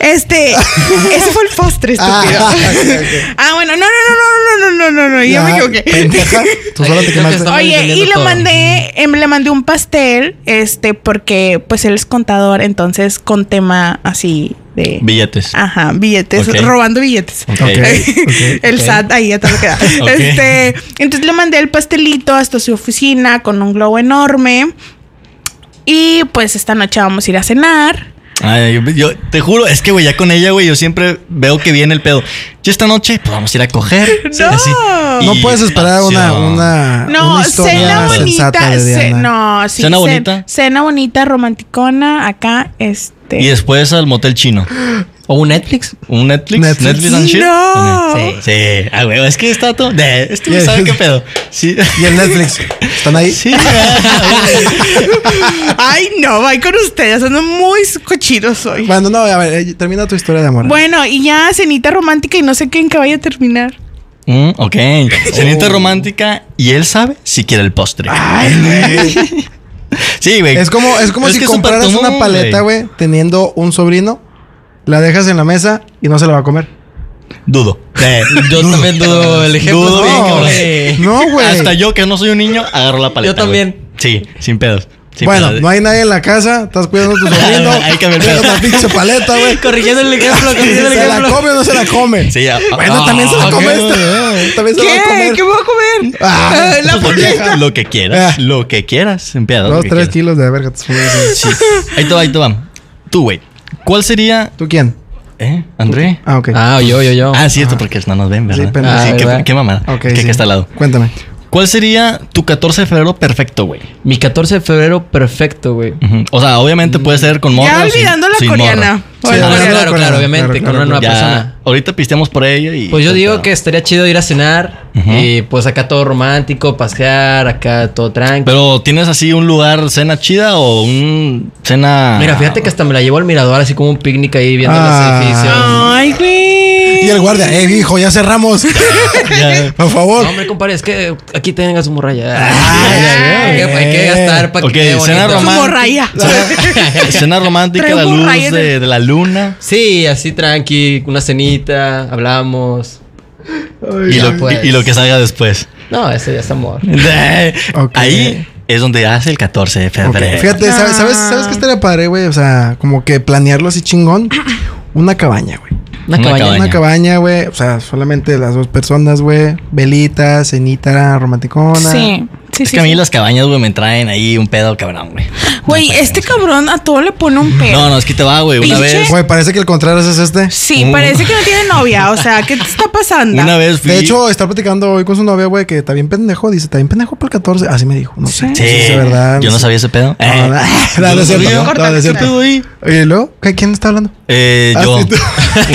Speaker 2: Este, *laughs* ese fue el postre, estúpido.
Speaker 1: Ah, *laughs* ok,
Speaker 2: Ah,
Speaker 1: ok.
Speaker 2: bueno, no, no, no, no, no, no, no, no, no, ya me
Speaker 1: Ah,
Speaker 2: equivoqué.
Speaker 1: Pendeja, tú solo te
Speaker 4: Creo
Speaker 1: quemaste.
Speaker 4: que está- Estamos
Speaker 2: Oye, y
Speaker 4: entendiendo
Speaker 2: le
Speaker 4: todo.
Speaker 2: mandé, em, le mandé un pastel, este, porque pues él es contador, entonces con tema así de.
Speaker 3: Billetes.
Speaker 2: Ajá, billetes,
Speaker 3: Ok.
Speaker 2: robando billetes.
Speaker 3: Ah. Ok.
Speaker 1: Ok.
Speaker 2: *laughs* el SAT ahí ya te lo queda.
Speaker 3: Ok.
Speaker 2: Este, entonces le mandé el pastelito hasta su oficina con un globo enorme. Y pues esta noche vamos a ir a cenar.
Speaker 3: Ay, yo, yo te juro, es que güey, ya con ella, güey, yo siempre veo que viene el pedo. Ya esta noche, pues vamos a ir a *laughs* coger.
Speaker 2: No.
Speaker 1: No
Speaker 3: Y
Speaker 1: puedes esperar una,
Speaker 3: acción.
Speaker 1: una,
Speaker 2: No,
Speaker 1: una historia
Speaker 2: cena bonita.
Speaker 1: sensata de
Speaker 2: ce-
Speaker 1: Diana.
Speaker 2: no, sí,
Speaker 3: Cena
Speaker 2: cen-
Speaker 3: bonita.
Speaker 2: Cena bonita, romanticona. Acá, este.
Speaker 3: Y después al motel chino.
Speaker 4: O un Netflix.
Speaker 3: ¿Un Netflix?
Speaker 1: Netflix.
Speaker 3: ¿Netflix, and shit?
Speaker 2: No.
Speaker 3: También. Sí. Sí. Ah, güey, es que está todo. de- Este güey
Speaker 1: Yes.
Speaker 3: sabe qué pedo. *laughs* Sí.
Speaker 1: Y el Netflix. ¿Están ahí?
Speaker 3: Sí, güey.
Speaker 2: Ay, no, voy con ustedes. Ando muy cochidos hoy.
Speaker 1: Bueno, no, a ver, eh, termina tu historia de amor.
Speaker 2: Bueno, y ya cenita romántica y no sé qué en qué vaya a terminar.
Speaker 3: Mm, ok.
Speaker 1: Oh.
Speaker 3: Cenita romántica y él sabe si quiere el postre.
Speaker 1: Ay, güey.
Speaker 3: Sí, güey.
Speaker 1: Ah. Es como, es como
Speaker 3: Es
Speaker 1: si
Speaker 3: que es súper
Speaker 1: compraras
Speaker 3: común,
Speaker 1: una paleta, güey, teniendo un sobrino, la dejas en la mesa y no se la va a comer.
Speaker 3: Dudo. Eh,
Speaker 4: Yo también dudo el ejemplo.
Speaker 3: Dudo bien,
Speaker 1: no,
Speaker 4: *laughs*
Speaker 3: cabrón.
Speaker 4: güey.
Speaker 1: No, güey.
Speaker 3: Hasta yo, que no soy un niño, agarro la paleta.
Speaker 4: Yo también.
Speaker 3: güey. Sí, sin pedos. Sin
Speaker 1: bueno,
Speaker 3: pedos.
Speaker 1: no hay nadie en la casa, estás cuidando a tu sobrino.
Speaker 3: Ahí cambia el
Speaker 1: dejas
Speaker 3: pedo.
Speaker 1: la pinche paleta,
Speaker 3: *laughs*
Speaker 1: güey.
Speaker 4: Corrigiendo el ejemplo, corrigiendo el
Speaker 1: ¿Se la
Speaker 4: ejemplo.
Speaker 1: come o no se la come?
Speaker 3: Sí, ah,
Speaker 1: Bueno,
Speaker 3: ah,
Speaker 1: también se la
Speaker 3: ok.
Speaker 1: come esta. También se la va a comer.
Speaker 2: voy a comer?
Speaker 1: Ah,
Speaker 2: Eh, la
Speaker 3: Pues lo,
Speaker 1: pendeja.
Speaker 3: que, lo que quieras.
Speaker 1: Ah.
Speaker 3: Lo que quieras, sin pedos. lo
Speaker 1: Dos,
Speaker 3: que
Speaker 1: tres kilos
Speaker 3: quieras.
Speaker 1: de verga. te subes.
Speaker 3: Sí. Ahí te va, ahí te va. Tú, güey. ¿Cuál sería.
Speaker 1: ¿Tú quién?
Speaker 3: ¿Eh? ¿André?
Speaker 1: Ah, ok.
Speaker 4: Ah, yo, yo, yo.
Speaker 3: Ah, cierto, porque no nos ven, ¿verdad?
Speaker 1: Sí, pendejo.
Speaker 3: Sí,
Speaker 4: Ah,
Speaker 3: qué,
Speaker 4: ¿verdad?
Speaker 3: qué mamada.
Speaker 1: Ok,
Speaker 3: es que
Speaker 1: sí.
Speaker 3: aquí está al lado.
Speaker 1: Cuéntame.
Speaker 3: ¿Cuál sería tu 14 de febrero perfecto, güey?
Speaker 4: Mi 14 de febrero perfecto, güey.
Speaker 3: Ujú. O sea, obviamente puede ser con morra.
Speaker 2: Ya
Speaker 3: o sin-
Speaker 2: olvidando la
Speaker 3: sin
Speaker 2: coreana.
Speaker 3: morra.
Speaker 1: Sí,
Speaker 4: claro,
Speaker 1: no,
Speaker 4: claro,
Speaker 1: no,
Speaker 4: claro,
Speaker 1: claro,
Speaker 4: obviamente,
Speaker 1: claro,
Speaker 4: con una
Speaker 1: claro.
Speaker 4: nueva
Speaker 3: Ya,
Speaker 4: persona.
Speaker 3: ahorita pisteamos por ella y.
Speaker 4: Pues yo digo que
Speaker 3: pero-
Speaker 4: estaría chido ir a cenar
Speaker 3: Ujú.
Speaker 4: y pues acá todo romántico, pasear, acá todo tranquilo.
Speaker 3: Pero ¿tienes así un lugar cena chida o un cena.
Speaker 4: Mira, fíjate que hasta me la llevo al mirador, así como un picnic ahí viendo
Speaker 1: Ah.
Speaker 4: los edificios.
Speaker 2: Ay, güey.
Speaker 1: Y el guardia, eh, hijo, ya
Speaker 3: *laughs*
Speaker 1: cerramos.
Speaker 3: *laughs* Ya.
Speaker 1: Por favor.
Speaker 4: No, hombre, compadre, es que aquí tengas un morralla.
Speaker 1: Ah, Ay,
Speaker 4: Hay *laughs* que- hay que
Speaker 1: eh.
Speaker 4: gastar para
Speaker 3: Ok,
Speaker 4: que
Speaker 3: cena
Speaker 4: quede bonito.
Speaker 2: Su
Speaker 3: romántica.
Speaker 2: morralla.
Speaker 3: cena romántica,
Speaker 2: Traigo
Speaker 3: la
Speaker 2: un
Speaker 3: luz
Speaker 2: rayo en el-
Speaker 3: de, de la luna.
Speaker 4: Sí, así tranqui, una cenita, hablamos.
Speaker 3: Y
Speaker 4: Ya,
Speaker 3: lo,
Speaker 4: pues.
Speaker 3: y- y lo que
Speaker 2: *laughs*
Speaker 3: salga después.
Speaker 4: No, eso ya es amor.
Speaker 1: Ok.
Speaker 3: Ahí es donde hace el 14 de
Speaker 1: Ok,
Speaker 3: febrero.
Speaker 1: Fíjate, ¿sabes,
Speaker 2: Ah.
Speaker 1: sabes, ¿sabes qué estaría padre, güey? O sea, como que planearlo así chingón. *clears throat* Una cabaña, güey.
Speaker 4: Una
Speaker 3: Una
Speaker 4: cabaña.
Speaker 3: cabaña.
Speaker 1: Una cabaña, güey. O sea, solamente las dos personas, güey. Velita, cenita romanticona.
Speaker 2: Sí, Sí,
Speaker 3: es
Speaker 2: sí,
Speaker 3: que a mí
Speaker 2: sí.
Speaker 3: las cabañas, güey, me traen ahí un pedo cabrón, güey. pues,
Speaker 2: Güey, este cabrón a todo le pone un pedo.
Speaker 3: No, no, es que te va, güey. Una
Speaker 2: Pinche-
Speaker 3: vez.
Speaker 1: Güey, parece que el contrario es este.
Speaker 2: Sí,
Speaker 3: Mm.
Speaker 2: parece que no tiene novia. O sea, ¿qué te está pasando?
Speaker 3: Una vez fui.
Speaker 1: De hecho, está platicando hoy con su novia, güey, que está bien pendejo. Dice, está bien pendejo por el 14. Así me dijo. No sé.
Speaker 2: Sí.
Speaker 1: no
Speaker 3: Sí,
Speaker 1: sé si es verdad.
Speaker 3: Yo no
Speaker 1: sé.
Speaker 3: sabía Eh. ese pedo.
Speaker 1: No, no, no, no,
Speaker 2: *laughs*
Speaker 3: Yo
Speaker 1: no
Speaker 3: no
Speaker 1: es cierto. no,
Speaker 3: sabía.
Speaker 1: No, no es
Speaker 2: Corta,
Speaker 1: cierto.
Speaker 3: güey.
Speaker 1: Oye, ¿y luego? ¿Qué- ¿Quién está hablando?
Speaker 3: Eh,
Speaker 1: Ah,
Speaker 3: yo.
Speaker 1: sí, tú.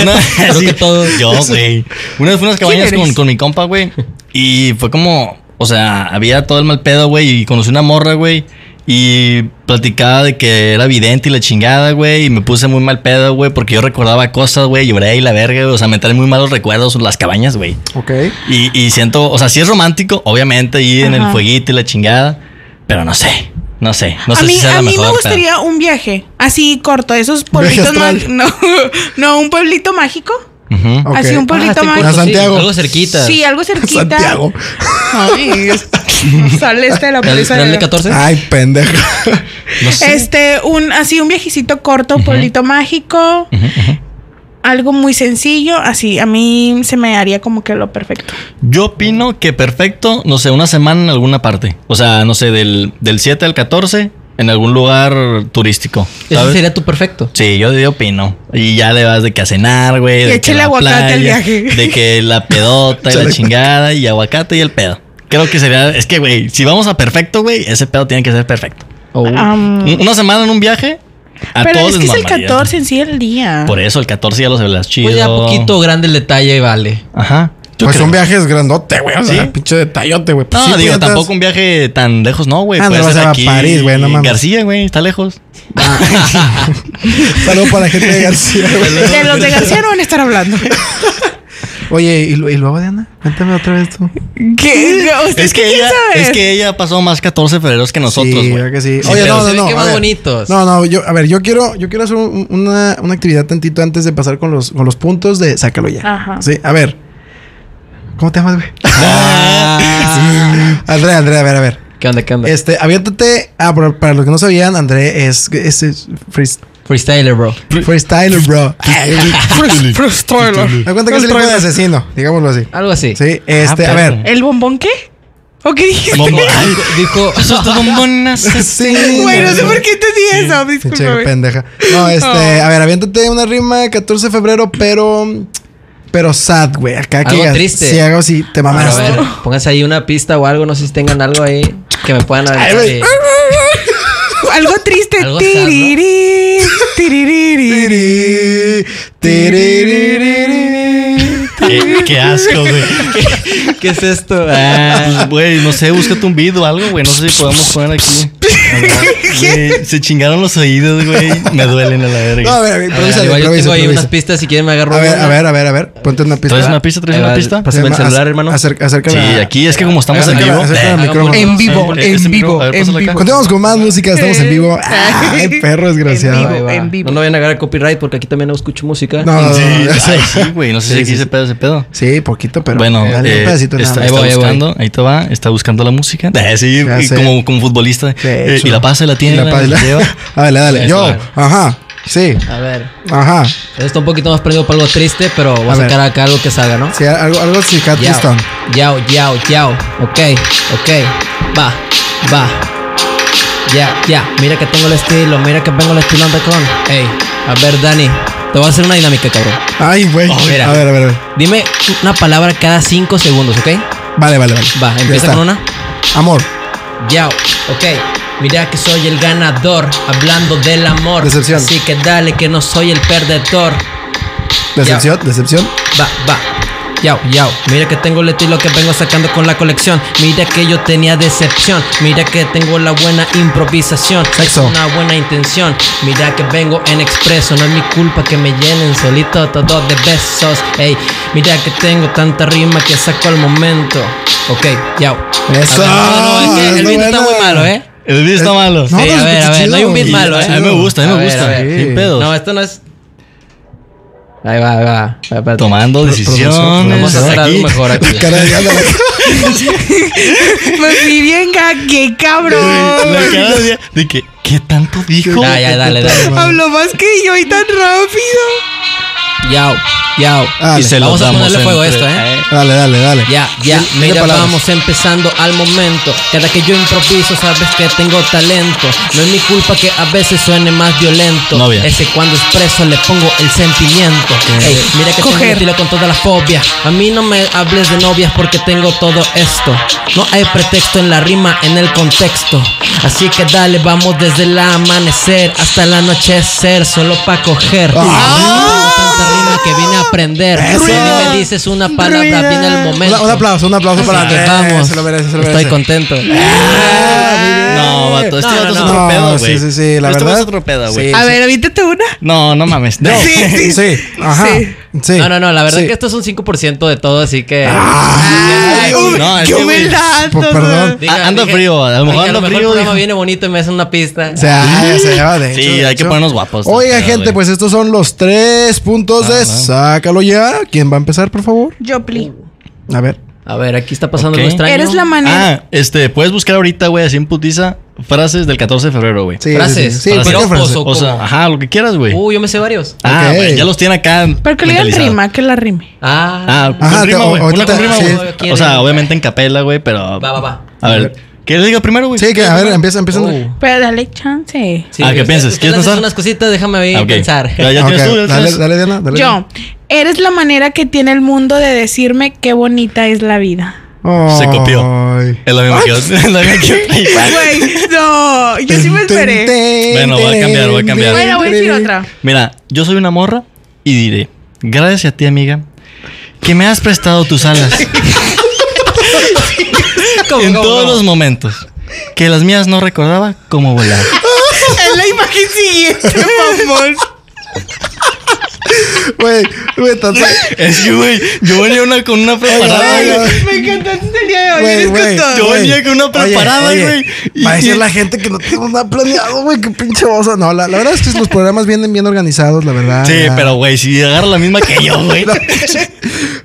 Speaker 3: *laughs* Una, sí,
Speaker 4: que todos.
Speaker 3: Yo, güey. Una vez fui a unas cabañas
Speaker 2: eres?
Speaker 3: con, con mi compa, güey. Y fue como. O sea, había todo el mal pedo, güey. Y conocí una morra, güey. Y platicaba de que era vidente y la chingada, güey. Y me puse muy mal pedo, güey. Porque yo recordaba cosas, güey. Lloré y la verga, güey. O sea, me traen muy malos recuerdos las cabañas, güey.
Speaker 1: Ok.
Speaker 3: Y, y siento, o sea, sí es romántico, obviamente, ahí en el
Speaker 2: Ajá.
Speaker 3: fueguito y la chingada. Pero no sé, no sé. No sé
Speaker 2: a mí,
Speaker 3: si sea
Speaker 2: a
Speaker 3: la
Speaker 2: mí
Speaker 3: mejor.
Speaker 2: me
Speaker 3: pero-
Speaker 2: gustaría un viaje así
Speaker 1: *laughs*
Speaker 2: corto, esos pueblitos
Speaker 1: Viaje
Speaker 2: mágicos.
Speaker 1: astral.
Speaker 2: No, *laughs* no, un pueblito mágico.
Speaker 3: Ujú.
Speaker 1: Ok. *laughs*
Speaker 2: Así un
Speaker 4: Ah,
Speaker 2: pueblito
Speaker 4: está en
Speaker 1: A
Speaker 4: Corto, sí,
Speaker 2: mágico.
Speaker 1: Santiago.
Speaker 4: algo cerquita.
Speaker 2: Sí, algo cerquita.
Speaker 1: Santiago.
Speaker 2: Ay,
Speaker 3: *laughs*
Speaker 2: es- sale este de la
Speaker 4: ¿Real,
Speaker 2: presa.
Speaker 4: Real
Speaker 2: de-
Speaker 4: de 14?
Speaker 1: Ay, pendejo.
Speaker 4: no sé.
Speaker 2: Este, un, así un viajecito corto, pueblito mágico.
Speaker 3: Ujú, ujú.
Speaker 2: Algo muy sencillo, así a mí se me haría como que lo perfecto.
Speaker 3: Yo opino que perfecto, no sé, una semana en alguna parte. O sea, no sé, del, del 7 al 14 en algún lugar turístico.
Speaker 4: Ese
Speaker 3: ¿sabes?
Speaker 4: sería tu perfecto.
Speaker 3: Sí, yo, yo opino. Y ya le vas de que a cenar, güey.
Speaker 2: Y
Speaker 3: de que
Speaker 2: échale
Speaker 3: la
Speaker 2: aguacate al viaje.
Speaker 3: De que la pedota y la
Speaker 1: Échale
Speaker 3: chingada y aguacate y el pedo. Creo que sería, es que, güey, si vamos a perfecto, güey, ese pedo tiene que ser perfecto.
Speaker 4: Oh.
Speaker 2: Am,
Speaker 3: Un- Una semana en un viaje. Uh, A
Speaker 2: Mm. pero
Speaker 3: todos
Speaker 2: es que
Speaker 3: les
Speaker 2: es el
Speaker 3: mamaría.
Speaker 2: 14 en sí el día.
Speaker 3: Por eso el 14 ya lo se las chido.
Speaker 4: Pues ya poquito grande el detalle y vale.
Speaker 3: Ajá. Yo
Speaker 1: Pues
Speaker 3: creo.
Speaker 1: son viajes grandote, güey. O sea,
Speaker 3: Sí.
Speaker 1: pinche detallote, güey. Pues
Speaker 3: No,
Speaker 1: sí,
Speaker 3: digo,
Speaker 1: puñetas.
Speaker 3: tampoco un viaje tan lejos, no, güey.
Speaker 1: Ah,
Speaker 3: Puede
Speaker 1: no vas
Speaker 3: ser
Speaker 1: a
Speaker 3: aquí
Speaker 1: París, güey, no mames.
Speaker 3: García, güey,
Speaker 2: *laughs*
Speaker 3: está lejos.
Speaker 1: Saludos para la gente de García, güey.
Speaker 2: *laughs* De los de García no van a estar
Speaker 3: *laughs*
Speaker 2: hablando.
Speaker 1: Oye, ¿y, lo- y luego, Diana? Cuéntame otra vez tú.
Speaker 2: ¿Qué? ¿Ustedes
Speaker 3: Es que
Speaker 2: qué
Speaker 3: ella,
Speaker 2: saben?
Speaker 3: es que ella pasó más 14 febreros que nosotros,
Speaker 1: Sí,
Speaker 3: güey.
Speaker 1: creo que sí.
Speaker 3: Sí,
Speaker 1: Oye,
Speaker 4: pero
Speaker 1: no,
Speaker 4: se
Speaker 1: no,
Speaker 4: ven
Speaker 1: no.
Speaker 4: que
Speaker 1: a
Speaker 4: más
Speaker 1: ver.
Speaker 4: bonitos.
Speaker 1: No, no, yo, a ver, yo quiero, yo quiero hacer un- una, una actividad tantito antes de pasar con los, con los puntos de sácalo ya.
Speaker 2: Ajá.
Speaker 1: Sí, a ver. ¿Cómo te llamas, güey?
Speaker 4: Ah.
Speaker 1: *laughs* André, André, a ver, a ver.
Speaker 4: ¿Qué onda? ¿Qué onda?
Speaker 1: Este, aviéntate. Ah, por- para los que no sabían, André es, es, es frees-
Speaker 4: Freestyler, bro.
Speaker 1: freestyler, bro. Me cuenta que es el hijo de asesino, digámoslo así.
Speaker 4: Algo así.
Speaker 1: Sí, este,
Speaker 4: Ah,
Speaker 1: a ver.
Speaker 2: ¿El bombón qué? ¿O qué
Speaker 1: *laughs*
Speaker 2: dijiste?
Speaker 3: Bombo- Ay,
Speaker 4: Dijo,
Speaker 3: Sos tu bombona,
Speaker 4: *laughs*
Speaker 3: sos-
Speaker 1: Sí.
Speaker 2: Güey, no sé por qué entendí eso.
Speaker 1: Pinche
Speaker 2: Discúlpame.
Speaker 1: pendeja. No, este, a ver, aviéntate una rima de 14 de febrero, pero. Pero sad, güey. Acá que
Speaker 4: Algo
Speaker 1: digas,
Speaker 4: triste.
Speaker 1: Si hago así, te
Speaker 4: Pero a
Speaker 1: mamaste.
Speaker 4: ver, pónganse ahí una pista o algo, no sé si tengan algo ahí que me puedan aventar
Speaker 1: güey.
Speaker 4: de-
Speaker 2: Algo triste.
Speaker 4: Algo sad, ¿no?
Speaker 2: Tiriri, tiririri.
Speaker 1: Tiri, tiriririri.
Speaker 3: Qué, qué asco, güey.
Speaker 4: ¿Qué
Speaker 1: *laughs*
Speaker 4: es esto?
Speaker 3: Pues,
Speaker 4: Ah,
Speaker 3: Güey, no sé, búscate un beat o algo, güey. No sé si podemos
Speaker 2: *laughs*
Speaker 3: poner aquí. Güey, se chingaron los oídos, güey. Me duelen a la
Speaker 1: No, a ver, a
Speaker 3: verga.
Speaker 1: ver,
Speaker 4: a ver, igual
Speaker 1: improvisa,
Speaker 4: yo
Speaker 1: improvisa,
Speaker 4: tengo ahí unas
Speaker 1: improvisa.
Speaker 4: pistas si quieren me agarro
Speaker 1: A ver,
Speaker 4: una.
Speaker 1: a ver, a ver, a ver. Ponte una pista. Eh,
Speaker 3: ¿Traes una pista? ¿Traes
Speaker 4: Ahí
Speaker 3: una
Speaker 4: va,
Speaker 3: pista?
Speaker 4: Pásame el
Speaker 1: Ac-
Speaker 4: celular, hermano.
Speaker 1: acerca- acércala.
Speaker 3: Sí, aquí es que como estamos en
Speaker 1: Acércala,
Speaker 3: vivo.
Speaker 1: acércala al
Speaker 3: Eh,
Speaker 1: micrófono.
Speaker 4: En
Speaker 3: vivo, en vivo, en vivo.
Speaker 1: Continuamos con más música, estamos en
Speaker 4: *laughs*
Speaker 1: vivo. Ay, perro
Speaker 4: Ahí
Speaker 1: desgraciado.
Speaker 4: va, ahí va.
Speaker 2: en vivo.
Speaker 4: No, no vayan a agarrar copyright porque aquí también no escucho música.
Speaker 1: No, no, no,
Speaker 3: Sí,
Speaker 1: no,
Speaker 3: ay,
Speaker 1: eso- *laughs*
Speaker 3: sí, *laughs* güey. No sé si
Speaker 1: Sí,
Speaker 3: aquí
Speaker 1: sí,
Speaker 3: se
Speaker 1: sí.
Speaker 3: pedo, se pedo.
Speaker 1: Sí, poquito, pero.
Speaker 3: bueno,
Speaker 1: dale un
Speaker 3: eh,
Speaker 1: pedacito nada
Speaker 3: está,
Speaker 1: más.
Speaker 4: Ahí
Speaker 3: está
Speaker 4: voy, ahí voy.
Speaker 3: buscando, ahí te va, está buscando la música. *laughs* Eh, sí,
Speaker 1: Ya
Speaker 3: y
Speaker 1: sé.
Speaker 3: como, como futbolista.
Speaker 1: De
Speaker 3: Eh,
Speaker 1: hecho.
Speaker 3: y la pasa y la tiene.
Speaker 1: Y la pasa y la- *laughs*
Speaker 3: lleva.
Speaker 1: Ah, dale, dale. Yo,
Speaker 4: Eso,
Speaker 1: ajá. Sí,
Speaker 4: A ver,
Speaker 1: ajá.
Speaker 4: está un poquito más prendido para algo triste, pero voy a,
Speaker 1: A ver.
Speaker 4: sacar acá algo que salga, ¿no?
Speaker 1: Sí, algo, algo
Speaker 4: Yao,
Speaker 1: psiquiatrista.
Speaker 4: yao, yao, yao. Ok, ok. Va, va. Ya, ya. Mira que tengo el estilo. Mira que vengo el estilo anda con. Ey, a ver, Dani. Te voy a hacer una dinámica, cabrón.
Speaker 1: Ay, güey.
Speaker 4: Oh, mira.
Speaker 1: a ver, a ver, a ver.
Speaker 4: Dime una palabra cada 5 segundos, ¿ok?
Speaker 1: Vale, vale, vale.
Speaker 4: Va,
Speaker 1: Ya
Speaker 4: empieza
Speaker 1: está.
Speaker 4: con una.
Speaker 1: Amor,
Speaker 4: Yao, ok. Mira que soy el ganador, hablando del amor.
Speaker 1: Decepción.
Speaker 4: Así que dale que no soy el perdedor.
Speaker 1: decepción, decepción.
Speaker 4: Va, va. Yao, yao. Mira que tengo el estilo que vengo sacando con la colección. Mira que yo tenía decepción. Mira que tengo la buena improvisación.
Speaker 1: Sexo.
Speaker 4: Es una buena intención. Mira que vengo en expreso. No es mi culpa que me llenen solito todo de besos. Ey, mira que tengo tanta rima que saco al momento. Ok, yao.
Speaker 1: Eso.
Speaker 3: Ah,
Speaker 4: A ver, no, no, es que el
Speaker 1: Está
Speaker 4: beat está
Speaker 1: buena.
Speaker 4: muy
Speaker 1: *laughs*
Speaker 4: malo, ¿eh?
Speaker 3: El video Ah, está malo.
Speaker 1: No,
Speaker 4: Sí,
Speaker 1: pero
Speaker 4: a ver,
Speaker 1: escucha
Speaker 4: a ver,
Speaker 1: chido.
Speaker 4: no hay un beat
Speaker 1: Y-
Speaker 4: malo, ¿eh?
Speaker 3: A mí me gusta, a mí
Speaker 4: A
Speaker 3: me
Speaker 4: ver, a
Speaker 3: gusta.
Speaker 4: ver.
Speaker 3: Sin pedos.
Speaker 4: No, esto no es. Ahí va, ahí va. Espérate.
Speaker 3: Tomando decisiones.
Speaker 4: Vamos a hacer
Speaker 3: aquí.
Speaker 4: algo mejor aquí.
Speaker 1: Cara de gana.
Speaker 2: Me fui Pues bien gague, cabrón.
Speaker 3: *laughs* La cara
Speaker 1: *laughs*
Speaker 3: de, de que, ¿qué
Speaker 1: Ah,
Speaker 3: tanto dijo?
Speaker 4: Ya, ya, dale, dale.
Speaker 2: Habló más que yo y tan rápido.
Speaker 4: Yao, Yao.
Speaker 1: Dale.
Speaker 3: Y Ah, se los
Speaker 4: Vamos a
Speaker 3: damos
Speaker 4: ponerle fuego a
Speaker 3: entre- Ah,
Speaker 4: esto, ¿eh?
Speaker 1: Dale, dale, dale.
Speaker 4: Ya, ya,
Speaker 1: Dile- dile
Speaker 4: mira,
Speaker 1: palabras.
Speaker 4: vamos empezando al momento. Cada que yo improviso, sabes que tengo talento. No es mi culpa que a veces suene más violento.
Speaker 3: Novia.
Speaker 4: Es que cuando expreso le pongo el sentimiento. Ey, mira que tengo
Speaker 2: Coger.
Speaker 4: un estilo con todas las fobias. A mí no me hables de novias porque tengo todo esto. No hay pretexto en la rima, en el contexto. Así que dale, vamos desde el amanecer hasta el anochecer, solo pa' coger.
Speaker 1: Ah.
Speaker 4: Tengo tanta rima que vine a aprender.
Speaker 1: Eso.
Speaker 4: Si me dices una palabra, viene el momento.
Speaker 1: Un, un aplauso, un aplauso para
Speaker 4: Así que
Speaker 1: Andrés.
Speaker 4: vamos.
Speaker 1: Se lo merece, se lo merece.
Speaker 4: Estoy contento.
Speaker 3: No, vato, este
Speaker 4: Ah, No,
Speaker 3: vato es
Speaker 4: no,
Speaker 3: otro
Speaker 1: no.
Speaker 3: pedo,
Speaker 1: No,
Speaker 3: güey.
Speaker 1: sí, sí, sí, la
Speaker 3: Este vato
Speaker 1: verdad.
Speaker 3: es otro pedo, güey.
Speaker 1: Sí.
Speaker 2: A ver, avítate una.
Speaker 3: No, no mames. No.
Speaker 1: Sí, sí, sí. Ajá.
Speaker 2: Sí.
Speaker 1: Sí.
Speaker 4: No, no, no, la verdad
Speaker 1: Sí.
Speaker 4: es que esto es un 5% de todo, así que.
Speaker 1: Ah.
Speaker 2: Ay,
Speaker 3: güey. No, es
Speaker 2: qué
Speaker 3: que, güey,
Speaker 2: humildad.
Speaker 1: pues,
Speaker 2: o sea.
Speaker 1: perdón.
Speaker 4: Diga,
Speaker 3: Ah, anda
Speaker 4: dije-
Speaker 3: frío, a lo mejor
Speaker 4: dije,
Speaker 3: anda
Speaker 4: El
Speaker 3: frío,
Speaker 4: programa
Speaker 3: dijo.
Speaker 4: viene bonito y me hacen una pista.
Speaker 1: O sea, se lleva de
Speaker 3: Sí,
Speaker 1: hecho, de
Speaker 3: hay que
Speaker 1: hecho.
Speaker 3: ponernos guapos.
Speaker 1: Oiga,
Speaker 3: Pero,
Speaker 1: gente,
Speaker 3: güey.
Speaker 1: pues estos son los tres puntos de
Speaker 3: Ah, bueno.
Speaker 1: Sácalo ya. ¿Quién va a empezar, por favor?
Speaker 2: Yo, pli.
Speaker 1: A ver.
Speaker 4: A ver, aquí está pasando
Speaker 3: Ok.
Speaker 4: algo extraño.
Speaker 2: Eres la manera.
Speaker 3: Ah, este, puedes buscar ahorita, güey, así en putiza, frases del 14 de febrero, güey.
Speaker 1: Sí,
Speaker 4: Frases.
Speaker 1: Sí, sí, sí.
Speaker 3: Frases.
Speaker 1: ¿por qué frases?
Speaker 4: Oso.
Speaker 3: O sea,
Speaker 4: ¿Cómo?
Speaker 3: ajá, lo que quieras, güey.
Speaker 4: Uh, yo me sé varios.
Speaker 3: Ah,
Speaker 1: ok.
Speaker 3: güey, ya los tiene acá.
Speaker 2: Pero que le digan
Speaker 3: mentalizados.
Speaker 2: rima, que la rime.
Speaker 4: Ah,
Speaker 3: Ah,
Speaker 1: Ajá,
Speaker 3: con
Speaker 1: te-
Speaker 3: rima, güey.
Speaker 1: ahorita
Speaker 3: Una con
Speaker 1: te-
Speaker 3: rima,
Speaker 1: sí.
Speaker 3: güey. O sea, obviamente en capela, güey, pero.
Speaker 4: Va, va, va.
Speaker 3: A ver, ¿qué le diga primero, güey?
Speaker 1: Sí, que a ver, empieza, empieza.
Speaker 4: Uh.
Speaker 1: Andrés.
Speaker 2: Pero dale chance.
Speaker 4: Sí,
Speaker 3: Ah, ¿qué
Speaker 4: usted-
Speaker 3: piensas?
Speaker 4: usted
Speaker 3: ¿Quieres
Speaker 4: lanza
Speaker 3: pensar?
Speaker 4: unas cositas, déjame ahí
Speaker 3: Ah, ok.
Speaker 4: pensar.
Speaker 3: Ya, ya
Speaker 1: Ah,
Speaker 3: tienes
Speaker 1: ok.
Speaker 3: tú, ya
Speaker 1: Dale,
Speaker 3: tienes.
Speaker 1: dale, Diana. Dale,
Speaker 2: Yo,
Speaker 1: Diana.
Speaker 2: eres la manera que tiene el mundo de decirme qué bonita es la vida.
Speaker 3: Se copió.
Speaker 1: Ay.
Speaker 3: Es lo mismo que yo. *laughs* Es lo mismo que yo.
Speaker 2: Güey, no, yo sí me
Speaker 1: Ten,
Speaker 2: esperé.
Speaker 1: ten,
Speaker 3: Bueno, voy a
Speaker 1: ten,
Speaker 3: cambiar, voy a cambiar.
Speaker 2: Bueno, voy a decir otra.
Speaker 3: Mira, yo soy una morra y diré, gracias a ti, amiga, que me has prestado tus alas
Speaker 4: *laughs*
Speaker 2: *laughs*
Speaker 4: ¿Cómo,
Speaker 3: en
Speaker 4: cómo,
Speaker 3: todos
Speaker 4: cómo?
Speaker 3: los momentos. Que las mías no recordaba cómo volar.
Speaker 2: *laughs* Es la imagen siguiente, mamón.
Speaker 1: Güey, güey,
Speaker 3: *laughs*
Speaker 1: tanto-
Speaker 3: Es que, güey, yo venía una, con una preparada,
Speaker 1: Oye,
Speaker 3: güey.
Speaker 1: oye,
Speaker 2: Me encantaste el día de hoy.
Speaker 1: Güey,
Speaker 2: eres
Speaker 1: güey,
Speaker 2: con todo.
Speaker 3: Yo
Speaker 1: güey.
Speaker 3: venía con una preparada,
Speaker 1: Oye,
Speaker 3: güey.
Speaker 1: oye, Va a
Speaker 3: *laughs*
Speaker 1: decir la gente que no tengo nada planeado, güey. Qué pinche oso. No, la, la verdad es que los programas vienen bien organizados, la verdad.
Speaker 3: Sí,
Speaker 1: Ya.
Speaker 3: pero, güey, si agarra la misma que yo, güey.
Speaker 1: Pinche-
Speaker 2: *laughs*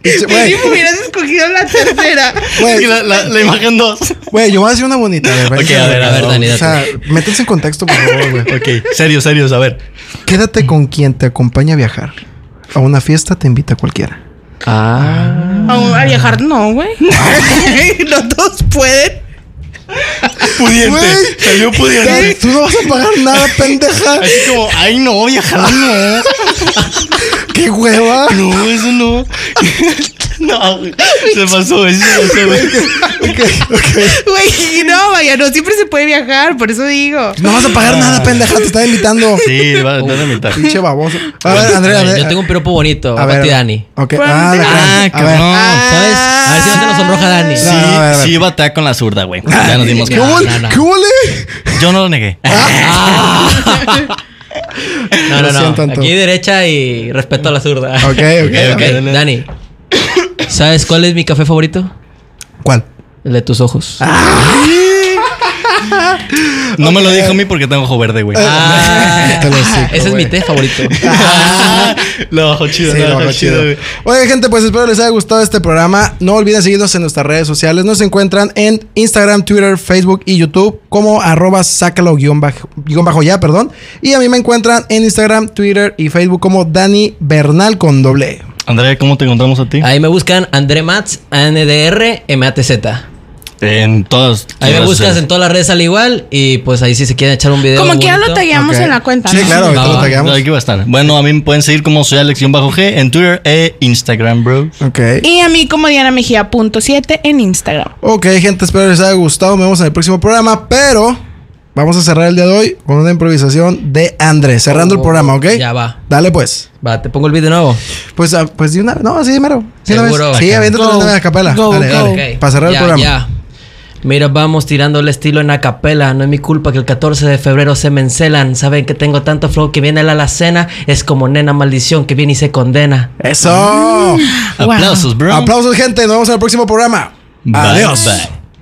Speaker 2: Ni
Speaker 1: Güey,
Speaker 2: si me hubieras escogido la tercera.
Speaker 3: Es que
Speaker 1: güey,
Speaker 3: la, la- la imagen 2.
Speaker 1: güey, yo voy a decir una bonita. A ver,
Speaker 3: Ok,
Speaker 1: espérate,
Speaker 3: a ver, a ver,
Speaker 4: Dani,
Speaker 1: O sea, métanse en contexto, por favor, güey.
Speaker 3: Ok, serios, serios, a ver.
Speaker 1: Quédate con quien te acompaña a viajar. A una fiesta te invita cualquiera.
Speaker 4: Ah.
Speaker 2: Aún a viajar no, güey. no todos pueden.
Speaker 3: Pudiente.
Speaker 1: Güey.
Speaker 3: Salió pudiente.
Speaker 1: Tú no vas a pagar nada,
Speaker 3: *laughs*
Speaker 1: pendeja. Ah,
Speaker 3: Así como, ay, no, viajar no.
Speaker 1: ¡Qué hueva!
Speaker 3: No, eso no. *laughs* No, güey. Se pasó, eso se pasó, güey.
Speaker 2: *laughs* Güey, no, vaya, no siempre se puede viajar, por eso digo.
Speaker 1: No vas a pagar nada, pendeja. Te estaba invitando.
Speaker 3: Ah. Sí, eh, va, no la mitad.
Speaker 1: Pinche baboso. A ver, Andrea, a ver.
Speaker 4: Yo tengo un piropo bonito.
Speaker 1: A
Speaker 4: A
Speaker 1: ver.
Speaker 4: ti, Dani.
Speaker 1: Ok.
Speaker 2: Ponte-
Speaker 1: Ah, la
Speaker 3: Ah,
Speaker 1: gran- a ver.
Speaker 3: cabrón.
Speaker 2: Ah,
Speaker 4: ¿Sabes? A ver si no se nos sonroja Dani.
Speaker 3: Sí,
Speaker 1: No, no, a ver, a ver.
Speaker 3: sí, batea con la
Speaker 1: *laughs*
Speaker 3: zurda, güey. Ya nos dimos
Speaker 1: ¿Qué
Speaker 3: cuenta.
Speaker 1: huele?
Speaker 4: no, no.
Speaker 1: ¿Qué Ah, huele?
Speaker 3: Yo no lo negué.
Speaker 1: Lo
Speaker 4: No, no, no.
Speaker 1: siento, Anto.
Speaker 4: Aquí derecha y respeto a la zurda.
Speaker 1: Ok, ok,
Speaker 4: Ok,
Speaker 1: ok.
Speaker 4: Dani. ¿Sabes cuál es mi café favorito?
Speaker 1: ¿Cuál?
Speaker 4: El de tus ojos.
Speaker 1: *laughs*
Speaker 3: No me lo dijo a mí porque tengo ojo
Speaker 1: *laughs*
Speaker 3: verde, güey.
Speaker 4: Ah,
Speaker 1: Te Este lo digo,
Speaker 4: ese es
Speaker 1: güey.
Speaker 4: mi té favorito.
Speaker 3: Lo ojo chido,
Speaker 1: Sí,
Speaker 3: lo
Speaker 1: lo
Speaker 3: ojo
Speaker 1: hago
Speaker 3: chido,
Speaker 1: chido.
Speaker 3: güey.
Speaker 1: Oye, gente, pues espero les haya gustado este programa. No olviden seguirnos en nuestras redes sociales. Nos encuentran en Instagram, Twitter, Facebook y YouTube como arroba sácalo guión bajo, guión bajo ya, perdón. Y a mí me encuentran en Instagram, Twitter y Facebook como Dani Bernal con doble. E.
Speaker 3: Andrea, ¿cómo te encontramos a ti?
Speaker 4: Ahí me buscan André Mats, ANDR, MATZ.
Speaker 3: En todas.
Speaker 4: Ahí me
Speaker 3: todas
Speaker 4: buscas
Speaker 3: las-
Speaker 4: en todas las redes al igual. Y pues ahí si se quieren echar un video.
Speaker 2: Como que ya lo
Speaker 4: bonito.
Speaker 2: tagueamos
Speaker 1: Ok.
Speaker 2: en la cuenta.
Speaker 1: Sí,
Speaker 2: ¿no?
Speaker 1: claro, ahorita
Speaker 4: Va,
Speaker 1: lo
Speaker 4: va.
Speaker 1: tagueamos.
Speaker 3: Aquí va a estar. Bueno, a mí me pueden seguir como soy Alex-G en Twitter e Instagram, bro.
Speaker 1: Ok.
Speaker 2: Y a mí como Diana Mejía punto siete en Instagram.
Speaker 1: Ok, gente, espero les haya gustado. Nos vemos en el próximo programa, pero vamos a cerrar el día de hoy con una improvisación de Andrés. Cerrando el
Speaker 4: Oh,
Speaker 1: programa, ¿ok?
Speaker 4: Ya va.
Speaker 1: Dale pues.
Speaker 4: Va, te pongo el video nuevo.
Speaker 1: Pues, ah, pues de una No, así de mero. Sí, una vez.
Speaker 4: Seguro.
Speaker 1: Sí, aviéntate
Speaker 4: Go,
Speaker 1: una vez a capela.
Speaker 4: go,
Speaker 1: dale,
Speaker 4: go.
Speaker 1: dale.
Speaker 4: Ok.
Speaker 1: Para cerrar
Speaker 4: Ya,
Speaker 1: el programa.
Speaker 4: ya. Mira, vamos tirando el estilo en acapela. No es mi culpa que el 14 de febrero se me encelan. Saben que tengo tanto flow que viene la alacena. Es como nena maldición que viene y se condena.
Speaker 1: Eso.
Speaker 3: Aplausos, bro.
Speaker 4: Mm.
Speaker 1: Aplausos, gente. Nos vemos en el próximo programa.
Speaker 3: Bye,
Speaker 1: Adiós.
Speaker 3: bye.